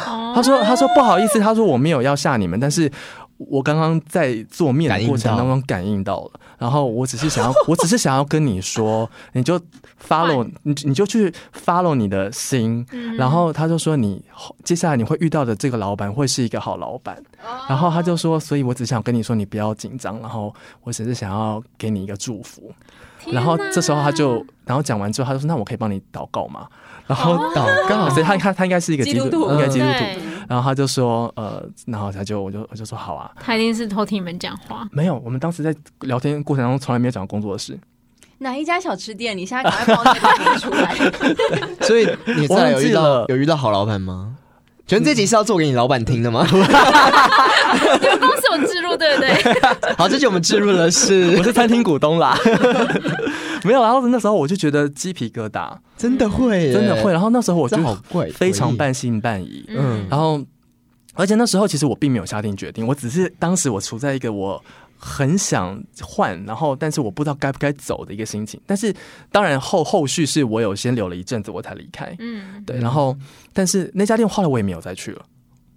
[SPEAKER 1] 他
[SPEAKER 2] 他说他说不好意思，他说我没有要吓你们，但是我刚刚在做面的过程当中感应到了，然后我只是 想要，我只是想要跟你说，你就 follow 你你就去 follow 你的心，
[SPEAKER 1] 嗯
[SPEAKER 2] 然后他就说你接下来你会遇到的这个老板会是一个好老板，然后他就说，所以我只想跟你说你不要紧张，然后我只是想要给你一个祝福，然后这时候他就，然后讲完之后他就说那我可以帮你祷告吗？然后
[SPEAKER 3] 祷告
[SPEAKER 2] 所以他他他应该是一个
[SPEAKER 4] 基
[SPEAKER 2] 督
[SPEAKER 4] 督徒
[SPEAKER 2] 应该基督徒。
[SPEAKER 4] 哎
[SPEAKER 1] 对，
[SPEAKER 2] 然后他就说，呃，然后他就我就我就说好啊，
[SPEAKER 1] 他一定是偷听你们讲话，
[SPEAKER 2] 没有，我们当时在聊天过程当中从来没有讲过工作的事，
[SPEAKER 4] 哪一家小吃店？你现在赶快帮我这个名出 来。
[SPEAKER 3] 所以你后来有遇
[SPEAKER 2] 忘记了
[SPEAKER 3] 到有遇到好老板吗？觉得这集是要做给你老板听的吗？
[SPEAKER 1] 你们公司有植入对不 对？
[SPEAKER 3] 好，这集我们置入的
[SPEAKER 2] 我
[SPEAKER 3] 是
[SPEAKER 2] 是餐厅股东啦，没有。然后那时候我就觉得鸡皮疙瘩，
[SPEAKER 3] 真的会耶，
[SPEAKER 2] 真的会。然后那时候我就
[SPEAKER 3] 这好怪
[SPEAKER 2] 非常
[SPEAKER 3] 诡异
[SPEAKER 2] 半信半疑，
[SPEAKER 3] 嗯
[SPEAKER 2] 然后而且那时候其实我并没有下定决定，我只是当时我处在一个我。很想换，然后但是我不知道该不该走的一个心情。但是当然后后续是我有先留了一阵子，我才离开。
[SPEAKER 1] 嗯，
[SPEAKER 2] 对，然后但是那家店后来我也没有再去了，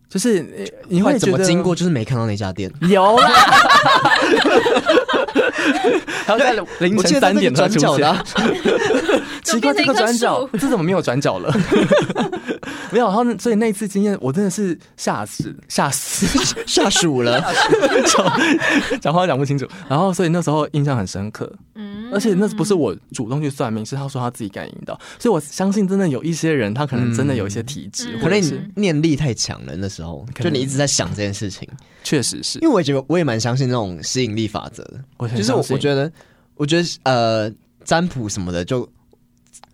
[SPEAKER 2] 就是呃你
[SPEAKER 3] 会
[SPEAKER 2] 会
[SPEAKER 3] 怎
[SPEAKER 2] 觉
[SPEAKER 3] 么
[SPEAKER 2] 得
[SPEAKER 3] 经过就是没看到那家店。
[SPEAKER 2] 有啦，然后在 凌
[SPEAKER 3] 我记得在
[SPEAKER 2] 晨三
[SPEAKER 3] 那个
[SPEAKER 2] 点才
[SPEAKER 3] 转
[SPEAKER 2] 出
[SPEAKER 3] 角的
[SPEAKER 2] 现，
[SPEAKER 3] 啊，
[SPEAKER 2] 奇
[SPEAKER 1] 怎么
[SPEAKER 2] 怪
[SPEAKER 1] 变成
[SPEAKER 2] 这个
[SPEAKER 1] 一棵
[SPEAKER 2] 转角
[SPEAKER 1] 树
[SPEAKER 2] 这怎么没有转角了？ 没有，然后那所以那一次经验我真的是吓死吓死，
[SPEAKER 3] 吓 鼠了。
[SPEAKER 2] 讲话讲不清楚，然后所以那时候印象很深刻，
[SPEAKER 1] 嗯
[SPEAKER 2] 而且那不是我主动去算命，是他说他自己感应到，所以我相信真的有一些人，他可能真的有一些体质，
[SPEAKER 1] 嗯
[SPEAKER 2] 或
[SPEAKER 3] 可
[SPEAKER 2] 者
[SPEAKER 3] 能
[SPEAKER 2] 是
[SPEAKER 3] 你念力太强了，那时候
[SPEAKER 2] 可
[SPEAKER 3] 就
[SPEAKER 2] 能
[SPEAKER 3] 你一直在想这件事情。
[SPEAKER 2] 确实是，
[SPEAKER 3] 因为我也觉得我也蛮相信那种吸引力法则的，
[SPEAKER 2] 我
[SPEAKER 3] 就是我我
[SPEAKER 2] 得
[SPEAKER 3] 觉得，我觉得呃，占卜什么的就，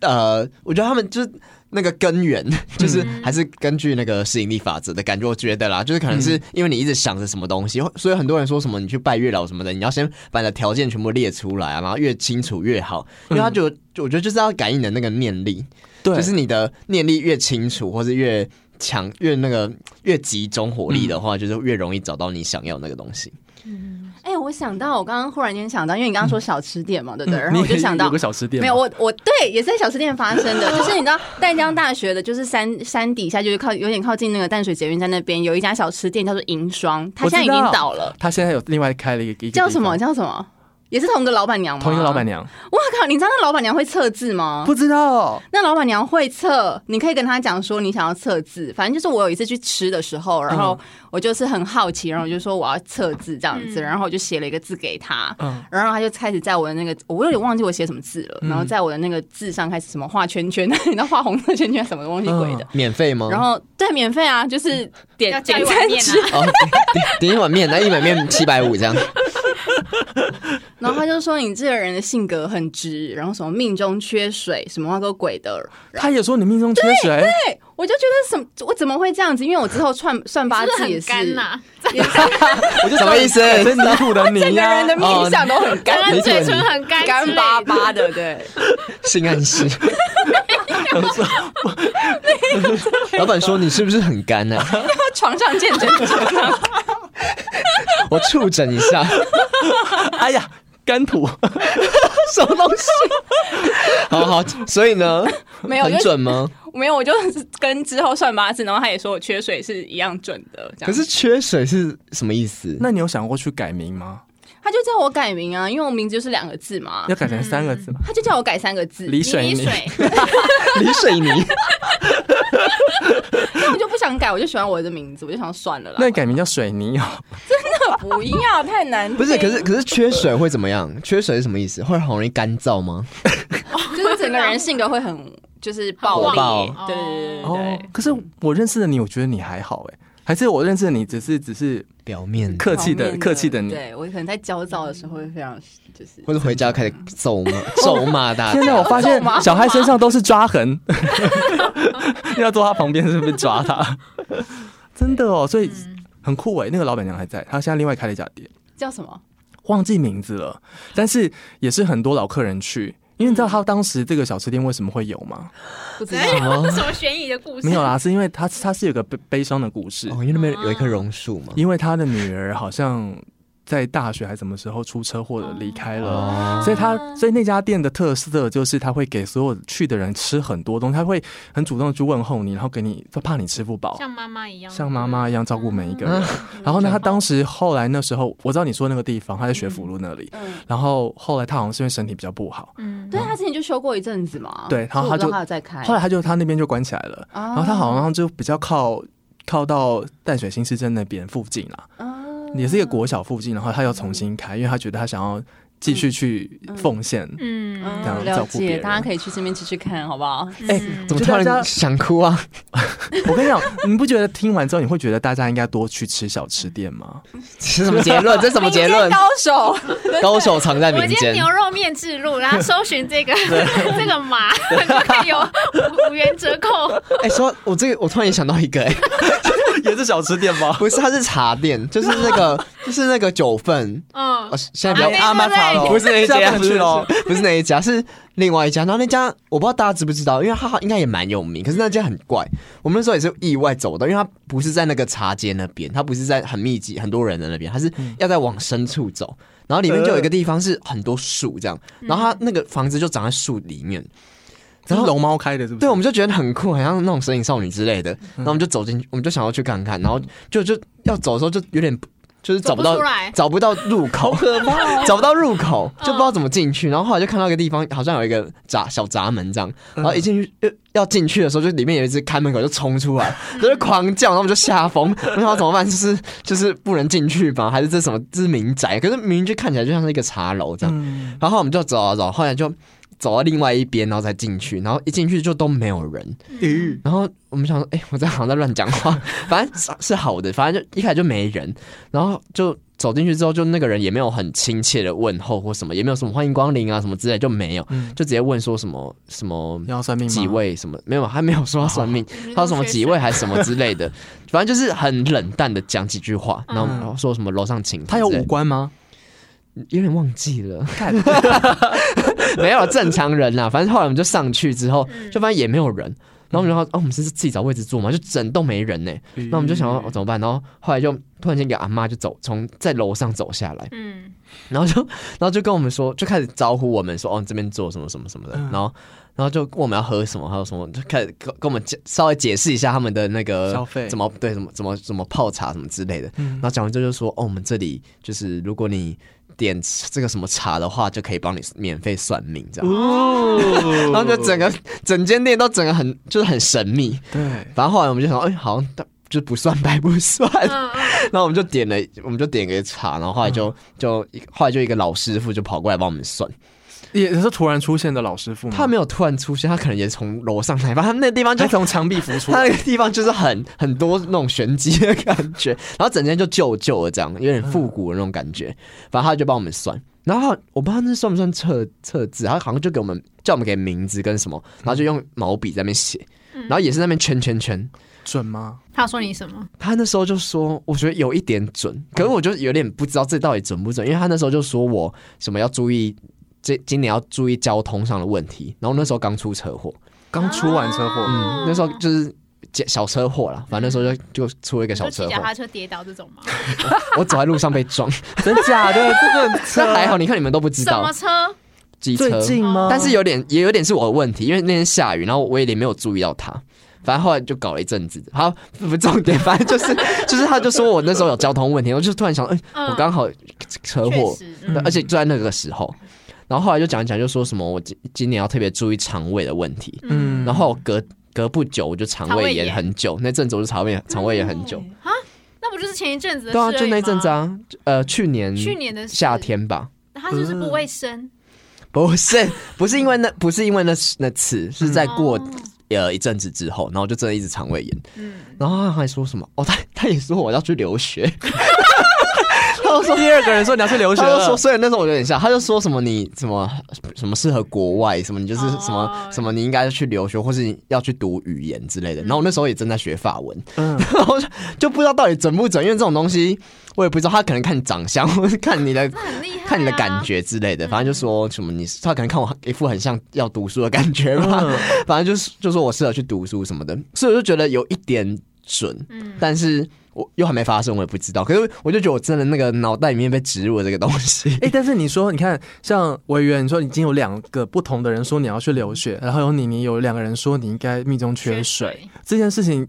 [SPEAKER 3] 呃，我觉得他们就是那个根源， 就是还是根据那个吸引力法则的感觉，我觉得啦，就是可能
[SPEAKER 4] 嗯
[SPEAKER 3] 是因为你一直想着什么东西，所以很多人说什么你去拜月老什么的，你要先把你的条件全部列出来啊，然后越清楚越好，因
[SPEAKER 4] 嗯
[SPEAKER 3] 为他就就我觉得就是要感应你的那个念力，
[SPEAKER 2] 对，
[SPEAKER 3] 就是你的念力越清楚，或是越。强越那个越集中火力的
[SPEAKER 4] 嗯
[SPEAKER 3] 话，就是越容易找到你想要那个东西。
[SPEAKER 4] 哎、我想到，我刚刚忽然间想到，因为你刚刚说小吃店嘛，对不对？然
[SPEAKER 2] 嗯你
[SPEAKER 4] 后我就
[SPEAKER 2] 也
[SPEAKER 4] 想到
[SPEAKER 2] 有个，小吃店吗，
[SPEAKER 4] 没有，我我对也是在小吃店发生 的，就是你知道淡江大学的，就是山山底下，就是靠有点靠近那个淡水捷运站那边，有一家小吃店叫做银霜，它
[SPEAKER 2] 我
[SPEAKER 4] 现在已
[SPEAKER 2] 知
[SPEAKER 4] 经
[SPEAKER 2] 道
[SPEAKER 4] 倒了，
[SPEAKER 2] 他现在有另外开了一个一个
[SPEAKER 4] 叫
[SPEAKER 2] 地
[SPEAKER 4] 什么
[SPEAKER 2] 方
[SPEAKER 4] 叫什么？也是同一个老板娘吗？
[SPEAKER 2] 同一个老板。娘，
[SPEAKER 4] 哇靠！你知道那老板娘会测字吗？
[SPEAKER 2] 不知道，
[SPEAKER 4] 那老板娘会测，你可以跟她讲说你想要测字。反正就是我有一次去吃的时候，然后我就是很好奇，然后我就说我要测字这样
[SPEAKER 1] 嗯
[SPEAKER 4] 子，然后我就写了一个字给她。
[SPEAKER 2] 嗯，
[SPEAKER 4] 然后他就开始在我的那个，我有点忘记我写什么字了。然后在我的那个字上开始什么画圈圈， 然后画红色圈圈什么东西鬼的。
[SPEAKER 3] 免费吗？
[SPEAKER 4] 然后对，免费啊，就是
[SPEAKER 1] 要
[SPEAKER 4] 点
[SPEAKER 1] 加一
[SPEAKER 4] 点
[SPEAKER 1] 碗
[SPEAKER 4] 餐
[SPEAKER 1] 面
[SPEAKER 4] 吃。
[SPEAKER 1] 啊，
[SPEAKER 3] 哦，点点一碗面，那一碗面七百五这样。
[SPEAKER 4] 然后他就说你这个人的性格很直，然后什么命中缺水，什么话都鬼的。
[SPEAKER 2] 他也说你命中缺水，
[SPEAKER 4] 对，我就觉得什么我怎么会这样子？因为我之后算算八
[SPEAKER 1] 是不是
[SPEAKER 4] 字也
[SPEAKER 1] 很
[SPEAKER 4] 是，
[SPEAKER 1] 干啊呐？
[SPEAKER 4] 也是
[SPEAKER 2] 我就
[SPEAKER 3] 什么意思
[SPEAKER 2] 知道你本身泥土的泥
[SPEAKER 4] 整个
[SPEAKER 2] 呀
[SPEAKER 4] 人的，面相都很
[SPEAKER 1] 刚
[SPEAKER 4] 干
[SPEAKER 1] 刚嘴唇很干，
[SPEAKER 4] 干巴。巴的，对。
[SPEAKER 3] 性暗示。老板说：“你是不是很干呢、啊？
[SPEAKER 4] 床上见 真情，
[SPEAKER 3] 我触诊一下，
[SPEAKER 2] 哎呀，干土，
[SPEAKER 3] 什么东西？好好，所以呢，
[SPEAKER 4] 没有
[SPEAKER 3] 很
[SPEAKER 4] 就是
[SPEAKER 3] 准吗？
[SPEAKER 4] 没有，我就是跟之后算八字，然后他也说我缺水是一样准的。这样
[SPEAKER 3] 可是缺水是什么意思？
[SPEAKER 2] 那你有想过去改名吗？
[SPEAKER 4] 他就叫我改名啊，因为我名字就是两个字嘛
[SPEAKER 2] 要，改成三个字吗？
[SPEAKER 4] 他就叫我改三个字，
[SPEAKER 2] 李
[SPEAKER 1] 你滴
[SPEAKER 2] 水泥，
[SPEAKER 1] 水，
[SPEAKER 3] 离水泥
[SPEAKER 4] 那我就不想改，我就喜欢我的名字，我就想算了啦。
[SPEAKER 2] 那你改名叫水泥哦，
[SPEAKER 4] 不要太难 听，
[SPEAKER 3] 不是？可是可是缺水会怎么样？缺水是什么意思？会很容易干燥吗？
[SPEAKER 4] 就是整个人性格会很就是 暴
[SPEAKER 3] 火爆
[SPEAKER 4] 力，对对对对
[SPEAKER 2] 哦
[SPEAKER 4] 对。，
[SPEAKER 2] 可是我认识的你，我觉得你还好哎，还是我认识的你只是只是
[SPEAKER 3] 表面
[SPEAKER 2] 客气
[SPEAKER 4] 表
[SPEAKER 2] 的
[SPEAKER 4] 面
[SPEAKER 2] 客气的你。
[SPEAKER 4] 对我可能在焦躁的时候会非常就是
[SPEAKER 3] 或者回家开始咒骂咒骂大
[SPEAKER 2] 现
[SPEAKER 3] 家。
[SPEAKER 2] 在我发现
[SPEAKER 4] 好麻烦
[SPEAKER 2] 小孩身上都是抓 痕，要坐他旁边是不是抓 他？真的哦，所以很酷哎，那个老板娘还在，她现在另外开了一家店，
[SPEAKER 4] 叫什么？
[SPEAKER 2] 忘记名字了，但是也是很多老客人去，因为你知道他当时这个小吃店为什么会有吗？
[SPEAKER 4] 不知
[SPEAKER 1] 怎么
[SPEAKER 4] 道。
[SPEAKER 2] 哎
[SPEAKER 1] 有什么悬疑的故事？
[SPEAKER 2] 哦没有啦，是因为他他是有个悲悲伤的故事，
[SPEAKER 3] 哦，因为那边有一棵榕树嘛。
[SPEAKER 2] 因为他的女儿好像在大学还什么时候出车祸了离开了。
[SPEAKER 3] 哦
[SPEAKER 2] 所以他，所以那家店的特色就是他会给所有去的人吃很多东西，他会很主动地去问候你，然后给你，他怕你吃不饱，
[SPEAKER 1] 像妈妈一样，
[SPEAKER 2] 像妈妈一样照顾每一个人
[SPEAKER 3] 嗯。
[SPEAKER 2] 然后呢，他当时后来那时候，我知道你说那个地方，他在学府路那里。
[SPEAKER 4] 嗯，
[SPEAKER 2] 然后后来他好像是因为身体比较不好，
[SPEAKER 1] 嗯，
[SPEAKER 4] 对他之前就休过一阵子嘛，
[SPEAKER 2] 啊对然
[SPEAKER 4] 所
[SPEAKER 2] 后他
[SPEAKER 4] 以我不知道
[SPEAKER 2] 就
[SPEAKER 4] 他有在开，
[SPEAKER 2] 后来他就他那边就关起来了。
[SPEAKER 4] 啊，
[SPEAKER 2] 然
[SPEAKER 4] 然
[SPEAKER 2] 后他好像就比较靠靠到淡水新市镇那边附近啦，
[SPEAKER 4] 哦
[SPEAKER 2] 也是一个国小附近。然后他要重新开，因为他觉得他想要继续去奉献。
[SPEAKER 1] 嗯，
[SPEAKER 2] 这样
[SPEAKER 4] 了
[SPEAKER 2] 照顾别
[SPEAKER 4] 解，
[SPEAKER 2] 人
[SPEAKER 4] 大家可以去这边吃吃看，好不好？
[SPEAKER 2] 哎
[SPEAKER 1] 嗯
[SPEAKER 3] 怎么突
[SPEAKER 2] 就大家
[SPEAKER 3] 然想哭啊？
[SPEAKER 2] 我跟你讲，你不觉得听完之后你会觉得大家应该多去吃小吃店吗？
[SPEAKER 3] 这是什么结 论？这是什么结论
[SPEAKER 4] 民间？高手，
[SPEAKER 2] 啊
[SPEAKER 3] 高手藏在
[SPEAKER 1] 我们
[SPEAKER 3] 民
[SPEAKER 1] 今天
[SPEAKER 3] 间。
[SPEAKER 1] 牛肉面制入，然后搜寻 这个 这个码，就可 以有五五元折扣。
[SPEAKER 3] 哎、说到我这个，我突然也想到一个、 哎，
[SPEAKER 2] 也是小吃店 吗？
[SPEAKER 3] 不是，它是茶店，就是那 个，就是那个九份。
[SPEAKER 1] 嗯
[SPEAKER 3] 哦，，现在不要
[SPEAKER 1] 啊阿妈茶楼
[SPEAKER 3] 哦不是那一
[SPEAKER 2] 现在
[SPEAKER 3] 家，
[SPEAKER 2] 不能去咯
[SPEAKER 3] 不是，哦不是那一家，是另外一家。然后那家我不知道大家知不知道，因为它应该也蛮有名，可是那家很怪。我们那时候也是意外走到，因为它不是在那个茶街那边，它不是在很密集很多人的那边，它是要再往深处走。然后里面就有一个地方是很多树这样，
[SPEAKER 1] 嗯
[SPEAKER 3] 然后它那个房子就长在树里面。
[SPEAKER 2] 是
[SPEAKER 3] 然后
[SPEAKER 2] 龙猫开的，是不是？嗯
[SPEAKER 3] 对，我们就觉得很酷，好像那种神隐少女之类的。然后我们就走进去，我们就想要去看看，然后就就要走的时候就有点就是找不到
[SPEAKER 1] 走不出来嗯
[SPEAKER 3] 找不到入口， 找不到入口，就不知道怎么进去。然后后来就看到一个地方，好像有一个闸小闸门这样，
[SPEAKER 2] 嗯
[SPEAKER 3] 然后一进去呃要进去的时候，就里面有一只看门狗就冲出 来，就是狂叫，然后我们就吓疯，我想怎么办？就是就是不能进去吧？还是这什么这是民宅？可是明明就看起来就像是一个茶楼这样。
[SPEAKER 2] 嗯，
[SPEAKER 3] 然后我们就走啊走，后来就走到另外一边，然后才进去，然后一进去就都没有人。
[SPEAKER 2] 咦
[SPEAKER 3] 然后我们想说，哎、我在好像在乱讲话，反正是是好的，反正就一开始就没人，然后就走进去之后，就那个人也没有很亲切的问候或什么，也没有什么欢迎光临啊什么之类，就没有，
[SPEAKER 2] 嗯
[SPEAKER 3] 就直接问说什么什么
[SPEAKER 2] 你要算命吗？
[SPEAKER 3] 几？位什么没有，还没有说要算命，他说什么几位还是什么之类的， 反正就是很冷淡的讲几句话，然后
[SPEAKER 2] 嗯
[SPEAKER 3] 然后说什么楼上请，
[SPEAKER 2] 他有五，官吗？
[SPEAKER 3] 有点忘记了， 没有正常人啦，反正后来我们就上去之后，
[SPEAKER 2] 嗯
[SPEAKER 1] 嗯
[SPEAKER 3] 就发现也没有人。然后我们就说，哦，我们是自己找位置坐嘛，就整栋没人呢、
[SPEAKER 2] 嗯
[SPEAKER 3] 那我们就想要、 哦、怎么办？然后后来就突然间给阿妈就走，从在楼上走下 来，
[SPEAKER 1] 嗯，
[SPEAKER 3] 然后就然后就跟我们说，就开始招呼我们说，哦，你这边做什么什么什么的，
[SPEAKER 2] 嗯
[SPEAKER 3] 然后然后就问我们要喝什么，还有什么，就开始跟跟我们解稍微解释一下他们的那个
[SPEAKER 2] 消费
[SPEAKER 3] 怎么对怎么怎么怎么泡茶什么之类的。
[SPEAKER 2] 嗯
[SPEAKER 3] 然后讲完之后就说，哦，我们这里就是如果你点这个什么茶的话，就可以帮你免费算命这样。
[SPEAKER 2] 哦，
[SPEAKER 3] 然后就整个整间店都整个很就是很神秘，
[SPEAKER 2] 对，
[SPEAKER 3] 反正后来我们就想，哎、好像就不算白不算。
[SPEAKER 1] 嗯嗯
[SPEAKER 3] 然后我们就点了，我们就点个茶，然后后来就、就一后来就一个老师傅就跑过来帮我们算，
[SPEAKER 2] 也是突然出现的老师傅吗？
[SPEAKER 3] 他没有突然出现，他可能也从楼上来吧，他那地方就
[SPEAKER 2] 他从墙壁浮出
[SPEAKER 3] 他
[SPEAKER 2] 来
[SPEAKER 3] 那，个地方就是很 很多那种玄机的感觉，然后整天就旧旧的这样，有点复古的那种感觉。反正他就帮我们算，然后他我不知道那算不算测测字，他好像就给我们叫我们给名字跟什么，然后就用毛笔在那边写，然后也是在那边圈圈圈。
[SPEAKER 2] 准吗？
[SPEAKER 1] 他有说你什么？
[SPEAKER 3] 他那时候就说，我觉得有一点准，可是我就有点不知道这到底准不准，因为他那时候就说我什么要注意，这今年要注意交通上的问题。然后那时候刚出车祸，
[SPEAKER 2] 刚出完车祸，
[SPEAKER 1] 哦
[SPEAKER 3] 那时候就是小小车祸啦，反正那时候就就出了一个小
[SPEAKER 1] 就骑
[SPEAKER 3] 车
[SPEAKER 1] 脚
[SPEAKER 3] 祸，
[SPEAKER 1] 踏车跌倒这种吗？
[SPEAKER 3] 我走在路上被撞，
[SPEAKER 2] 真假的？这个
[SPEAKER 3] 那还好，你看你们都不知
[SPEAKER 1] 什
[SPEAKER 3] 道
[SPEAKER 1] 么车？
[SPEAKER 3] 机车
[SPEAKER 2] 最，近啊吗？
[SPEAKER 3] 但是有点也有点是我的问题，因为那天下雨，然后我也没有注意到他。反正后来就搞了一阵子，好不不重点，反正就是就是他就说我那时候有交通问题，我就突然想，哎、
[SPEAKER 1] 嗯
[SPEAKER 3] 我刚好车
[SPEAKER 1] 确
[SPEAKER 3] 祸，
[SPEAKER 1] 实，
[SPEAKER 3] 对
[SPEAKER 1] 嗯
[SPEAKER 3] 而且就在那个时候，然后后来就讲一讲，就说什么我今今年要特别注意肠胃的问题，
[SPEAKER 2] 嗯
[SPEAKER 3] 然后隔隔不久我就肠
[SPEAKER 1] 肠
[SPEAKER 3] 胃
[SPEAKER 1] 胃
[SPEAKER 3] 炎
[SPEAKER 1] 炎哦
[SPEAKER 3] 很久，那阵子我就肠胃肠胃炎很久，
[SPEAKER 1] 那不就是前一阵子的事
[SPEAKER 3] 对啊，就那阵子
[SPEAKER 1] 而
[SPEAKER 3] 啊，就呃，去年
[SPEAKER 1] 已吗，去年的事
[SPEAKER 3] 夏，天吧，
[SPEAKER 1] 他就是不卫生，
[SPEAKER 3] 不是不是因为那不是因为那那次是在过、
[SPEAKER 1] 哦
[SPEAKER 3] 呃一阵子之后，然后就真的一直肠胃炎，
[SPEAKER 1] 嗯，
[SPEAKER 3] 然后他还说什么哦，他他也说我要去留学，
[SPEAKER 2] 他说第二个人说你要去留学
[SPEAKER 3] 他就
[SPEAKER 2] 了
[SPEAKER 3] 说，，所以那时候我有点吓，他就说什么你什么什么适合国外，什么你就是
[SPEAKER 1] 哦
[SPEAKER 3] 什么、什么你应该去留学，或是你要去读语言之类的。然后我那时候也正在学法文，
[SPEAKER 2] 嗯，
[SPEAKER 3] 然后就就不知道到底准不准，因为这种东西我也不知道，他可能看长相，或是看你的
[SPEAKER 1] 那很厉害，啊
[SPEAKER 3] 看你的感，觉之类
[SPEAKER 2] 啊
[SPEAKER 3] 的，反正就说什么你他可能看我一副很像要读书的感觉吧，
[SPEAKER 2] 嗯
[SPEAKER 3] 反正就是就说我适合去读书什么的，所以我就觉得有一点准，
[SPEAKER 1] 嗯，
[SPEAKER 3] 但是我又还没发生，我也不知道。可是我就觉得我真的那个脑袋里面被植入了这个东西，
[SPEAKER 2] 哎、但是你说，你看，像委员，你说已经有两个不同的人说你要去留学，然后有你，你有两个人说你应该命中嗯缺水，这件事情，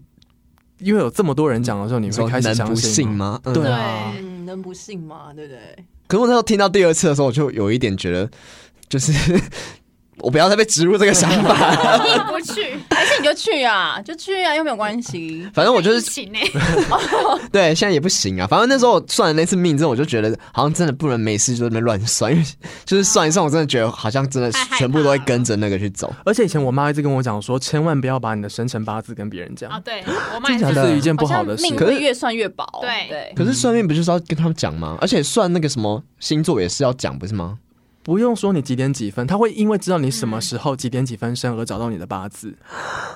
[SPEAKER 2] 因为有这么多人讲的时 候，你会
[SPEAKER 3] 说
[SPEAKER 2] 开始
[SPEAKER 3] 能
[SPEAKER 2] 相
[SPEAKER 3] 不信
[SPEAKER 2] 吗？
[SPEAKER 3] 吗？嗯
[SPEAKER 2] 对啊，
[SPEAKER 1] 对，
[SPEAKER 4] 嗯，能不信吗？对不对？
[SPEAKER 3] 可是我那时候听到第二次的时候，我就有一点觉得，就是 我不要再被植入这个想 法。
[SPEAKER 1] 进不 去，
[SPEAKER 4] 还是你就去啊，就去啊，又没有关系。
[SPEAKER 3] 反正我就
[SPEAKER 1] 不
[SPEAKER 3] 是
[SPEAKER 1] 行 哎，
[SPEAKER 3] 对，现在也不行啊。反正那时候我算了那次命之后，我就觉得好像真的不能没事就在那边乱算，因为就是算一算，我真的觉得好像真的
[SPEAKER 1] 太害怕
[SPEAKER 3] 全部都会跟着那个去走。
[SPEAKER 2] 而且以前我妈一直跟我讲说，千万不要把你的生辰八字跟别人讲
[SPEAKER 1] 哦，，对我妈也
[SPEAKER 3] 真
[SPEAKER 2] 这
[SPEAKER 3] 假
[SPEAKER 1] 是
[SPEAKER 3] 的
[SPEAKER 2] 是一件不
[SPEAKER 4] 好
[SPEAKER 2] 好
[SPEAKER 4] 像
[SPEAKER 2] 啊的事
[SPEAKER 4] 命。
[SPEAKER 3] 可是
[SPEAKER 4] 会越算越薄。
[SPEAKER 1] 对
[SPEAKER 4] 对，
[SPEAKER 3] 可是算命不就是要跟他们讲吗？而且算那个什么星座也是要讲，不是吗？
[SPEAKER 2] 不用说你几点几分，他会因为知道你什么时候几点几分生而找到你的八字。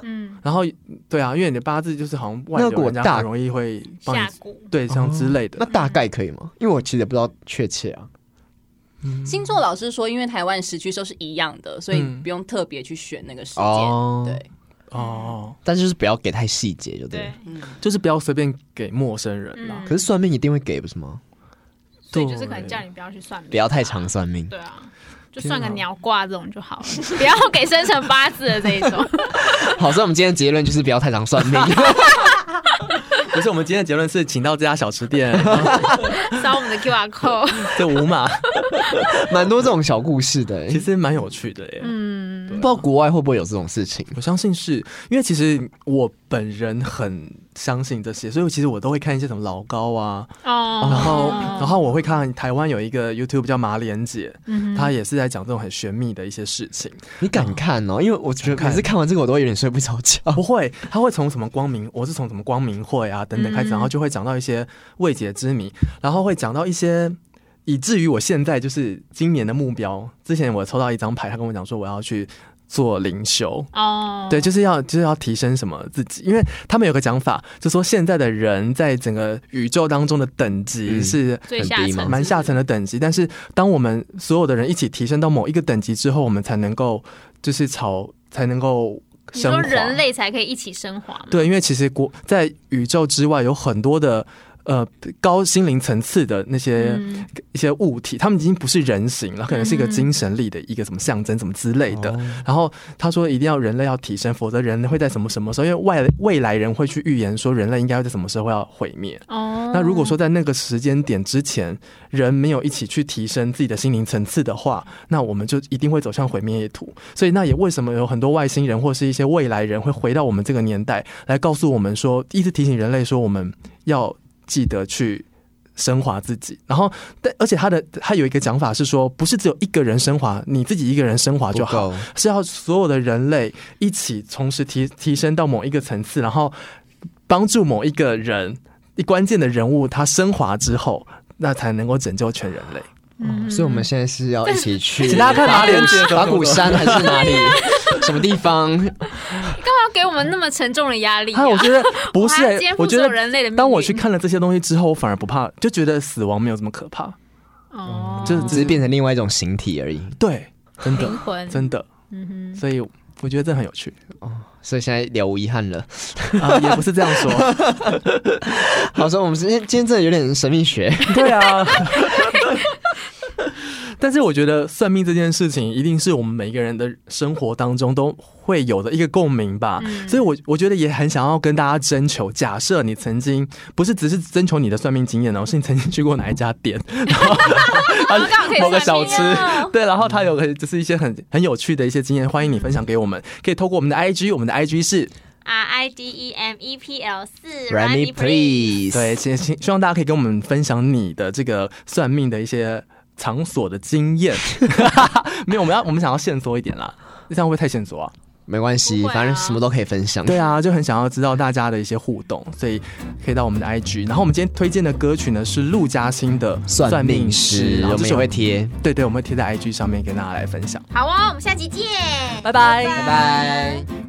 [SPEAKER 1] 嗯
[SPEAKER 2] 然后，对啊，因为你的八字就是好像外
[SPEAKER 3] 那
[SPEAKER 2] 流
[SPEAKER 3] 如果
[SPEAKER 2] 人家
[SPEAKER 3] 大哦
[SPEAKER 2] 很容易会帮你
[SPEAKER 1] 下蛊，
[SPEAKER 2] 对像之类的。
[SPEAKER 3] 那大概可以吗？因为我其实也不知道确切啊。
[SPEAKER 4] 星座老师说，因为台湾时区都是一样的，所以
[SPEAKER 2] 嗯
[SPEAKER 4] 不用特别去选那个时间。
[SPEAKER 3] 哦，
[SPEAKER 4] 对，
[SPEAKER 2] 哦，
[SPEAKER 3] 但是就是不要给太细节，就对
[SPEAKER 1] 对
[SPEAKER 3] 了。，
[SPEAKER 4] 嗯，
[SPEAKER 2] 就是不要随便给陌生人啦。
[SPEAKER 1] 嗯，
[SPEAKER 3] 可是算命一定会给，不是吗？
[SPEAKER 1] 所以就是可能叫你不要去算命，
[SPEAKER 3] 不要太常算命。
[SPEAKER 1] 对啊，就算个鸟卦这种就好了， 不要给生辰 八字的这一种。
[SPEAKER 3] 好，所以我们今天的结论就是不要太常算命。
[SPEAKER 2] 不是，我们今天的结论是，请到这家小 吃店，
[SPEAKER 1] 扫我们的 QR code。
[SPEAKER 2] 这五码
[SPEAKER 3] 蛮多这种小故事的、欸
[SPEAKER 2] 其实蛮有趣的耶。
[SPEAKER 1] 嗯，
[SPEAKER 3] 不知道国外会不会有这种事情？
[SPEAKER 2] 我相信是因为其实我本人很相信这些，所以其实我都会看一些什么老高啊，
[SPEAKER 1] 哦，
[SPEAKER 2] 然后然后我会看台湾有一个 YouTube 叫马莲姐，
[SPEAKER 1] 嗯哼
[SPEAKER 2] 她也是在讲这种很玄秘的一些事情。
[SPEAKER 3] 你敢看哦？因为我觉得每次看完这个，我都会有点睡不着觉。
[SPEAKER 2] 不会，她会从什么光明，我是从什么光明会啊等等开始，
[SPEAKER 1] 嗯
[SPEAKER 2] 然后就会讲到一些未解之谜，然后会讲到一些。以至于我现在就是今年的目标。之前我抽到一张牌，他跟我讲说我要去做灵修，
[SPEAKER 1] 哦，
[SPEAKER 2] 对，就是要就是要提升什么自己，因为他们有个讲法，就说现在的人在整个宇宙当中的等级
[SPEAKER 3] 嗯
[SPEAKER 2] 是
[SPEAKER 1] 最下
[SPEAKER 3] 很低吗
[SPEAKER 1] 层
[SPEAKER 2] 蛮下层的等级，但是当我们所有的人一起提升到某一个等级之后，我们才能够就是朝才能够
[SPEAKER 1] 你
[SPEAKER 2] 升华
[SPEAKER 1] 说。人类才可以一起升华吗？
[SPEAKER 2] 对，因为其实国在宇宙之外有很多的呃高心灵层次的那些、
[SPEAKER 1] 嗯
[SPEAKER 2] 一些物体，他们已经不是人形了，可能是一个
[SPEAKER 1] 嗯
[SPEAKER 2] 精神力的一个什么象征，什么之类的。
[SPEAKER 3] 哦
[SPEAKER 2] 然后他说一定要人类要提升，否则人会在什么什么时候？因为外未来人会去预言说人类应该会在什么时候要毁灭。
[SPEAKER 1] 哦，
[SPEAKER 2] 那如果说在那个时间点之前，人没有一起去提升自己的心灵层次的话，那我们就一定会走向毁灭一途。所以，那也为什么有很多外星人或是一些未来人会回到我们这个年代，来告诉我们说，一直提醒人类说，我们要记得去。升华自己，然后，但而且他的他有一个讲法是说，不是只有一个人升华，你自己一个人升华就好，
[SPEAKER 3] 不够
[SPEAKER 2] 是要所有的人类一起同时提提升到某一个层次，然后帮助某一个人，一关键的人物他升华之后，那才能够拯救全人类。
[SPEAKER 1] 嗯，
[SPEAKER 3] 所以我们现在是要一起 去，
[SPEAKER 2] 请大家看马脸节
[SPEAKER 3] 法鼓山还是 哪里？什么地方？
[SPEAKER 1] 干嘛要给我们那么沉重的压力啊？啊
[SPEAKER 2] 还有，我觉得不是
[SPEAKER 1] 我还要肩，负
[SPEAKER 2] 我觉
[SPEAKER 1] 所有
[SPEAKER 2] 得
[SPEAKER 1] 人类的命运
[SPEAKER 2] 当我去看了这些东西之后，我反而不怕，就觉得死亡没有这么可怕。
[SPEAKER 1] 哦，
[SPEAKER 2] 就是
[SPEAKER 3] 只是变成另外一种形体而已。
[SPEAKER 2] 对，真
[SPEAKER 1] 灵
[SPEAKER 2] 的，
[SPEAKER 1] 魂，
[SPEAKER 2] 真的，
[SPEAKER 1] 哎嗯哼，
[SPEAKER 2] 所以我觉得这很有趣
[SPEAKER 3] 所以现在了无遗憾了。
[SPEAKER 2] 啊，也不是这样说，
[SPEAKER 3] 好，所以我们今 天今天真的有点神秘学。
[SPEAKER 2] 对啊。 但是我觉得算命这件事情，一定是我们每一个人的生活当中都会有的一个共鸣吧。
[SPEAKER 1] 嗯
[SPEAKER 2] 所以我我觉得也很想要跟大家征求，假设你曾经不是只是征求你的算命经验哦，是你曾经去过哪一家店， 然后啊
[SPEAKER 1] 们刚好可以
[SPEAKER 2] 某个
[SPEAKER 1] 算
[SPEAKER 2] 小
[SPEAKER 1] 命啊
[SPEAKER 2] 吃，对，然后它有个就是一些很很有趣的一些经验，欢迎你分享给我们，可以透过我们的 IG，我们的 IG 是
[SPEAKER 1] R I D E M E P L 四
[SPEAKER 3] r a m e please。
[SPEAKER 2] 对，希希希望大家可以跟我们分享你的这个算命的一些场所的 经验， 没有，我们要我们想要线索一点啦。这样会不会太线索啊？
[SPEAKER 3] 没关系，
[SPEAKER 1] 不会啊
[SPEAKER 3] 反正什么都可以分享。
[SPEAKER 2] 对啊，就很想要知道大家的一些互动，所以可以到我们的 IG。然后我们今天推荐的歌曲呢是陆嘉欣的《
[SPEAKER 3] 算命师，
[SPEAKER 2] 然
[SPEAKER 3] 我
[SPEAKER 2] 后这
[SPEAKER 3] 们也
[SPEAKER 2] 首
[SPEAKER 3] 会贴。
[SPEAKER 2] 对对，我们会贴在 IG 上面跟大家来分享。
[SPEAKER 1] 好哦，我们下集见，
[SPEAKER 2] 拜拜
[SPEAKER 1] 拜拜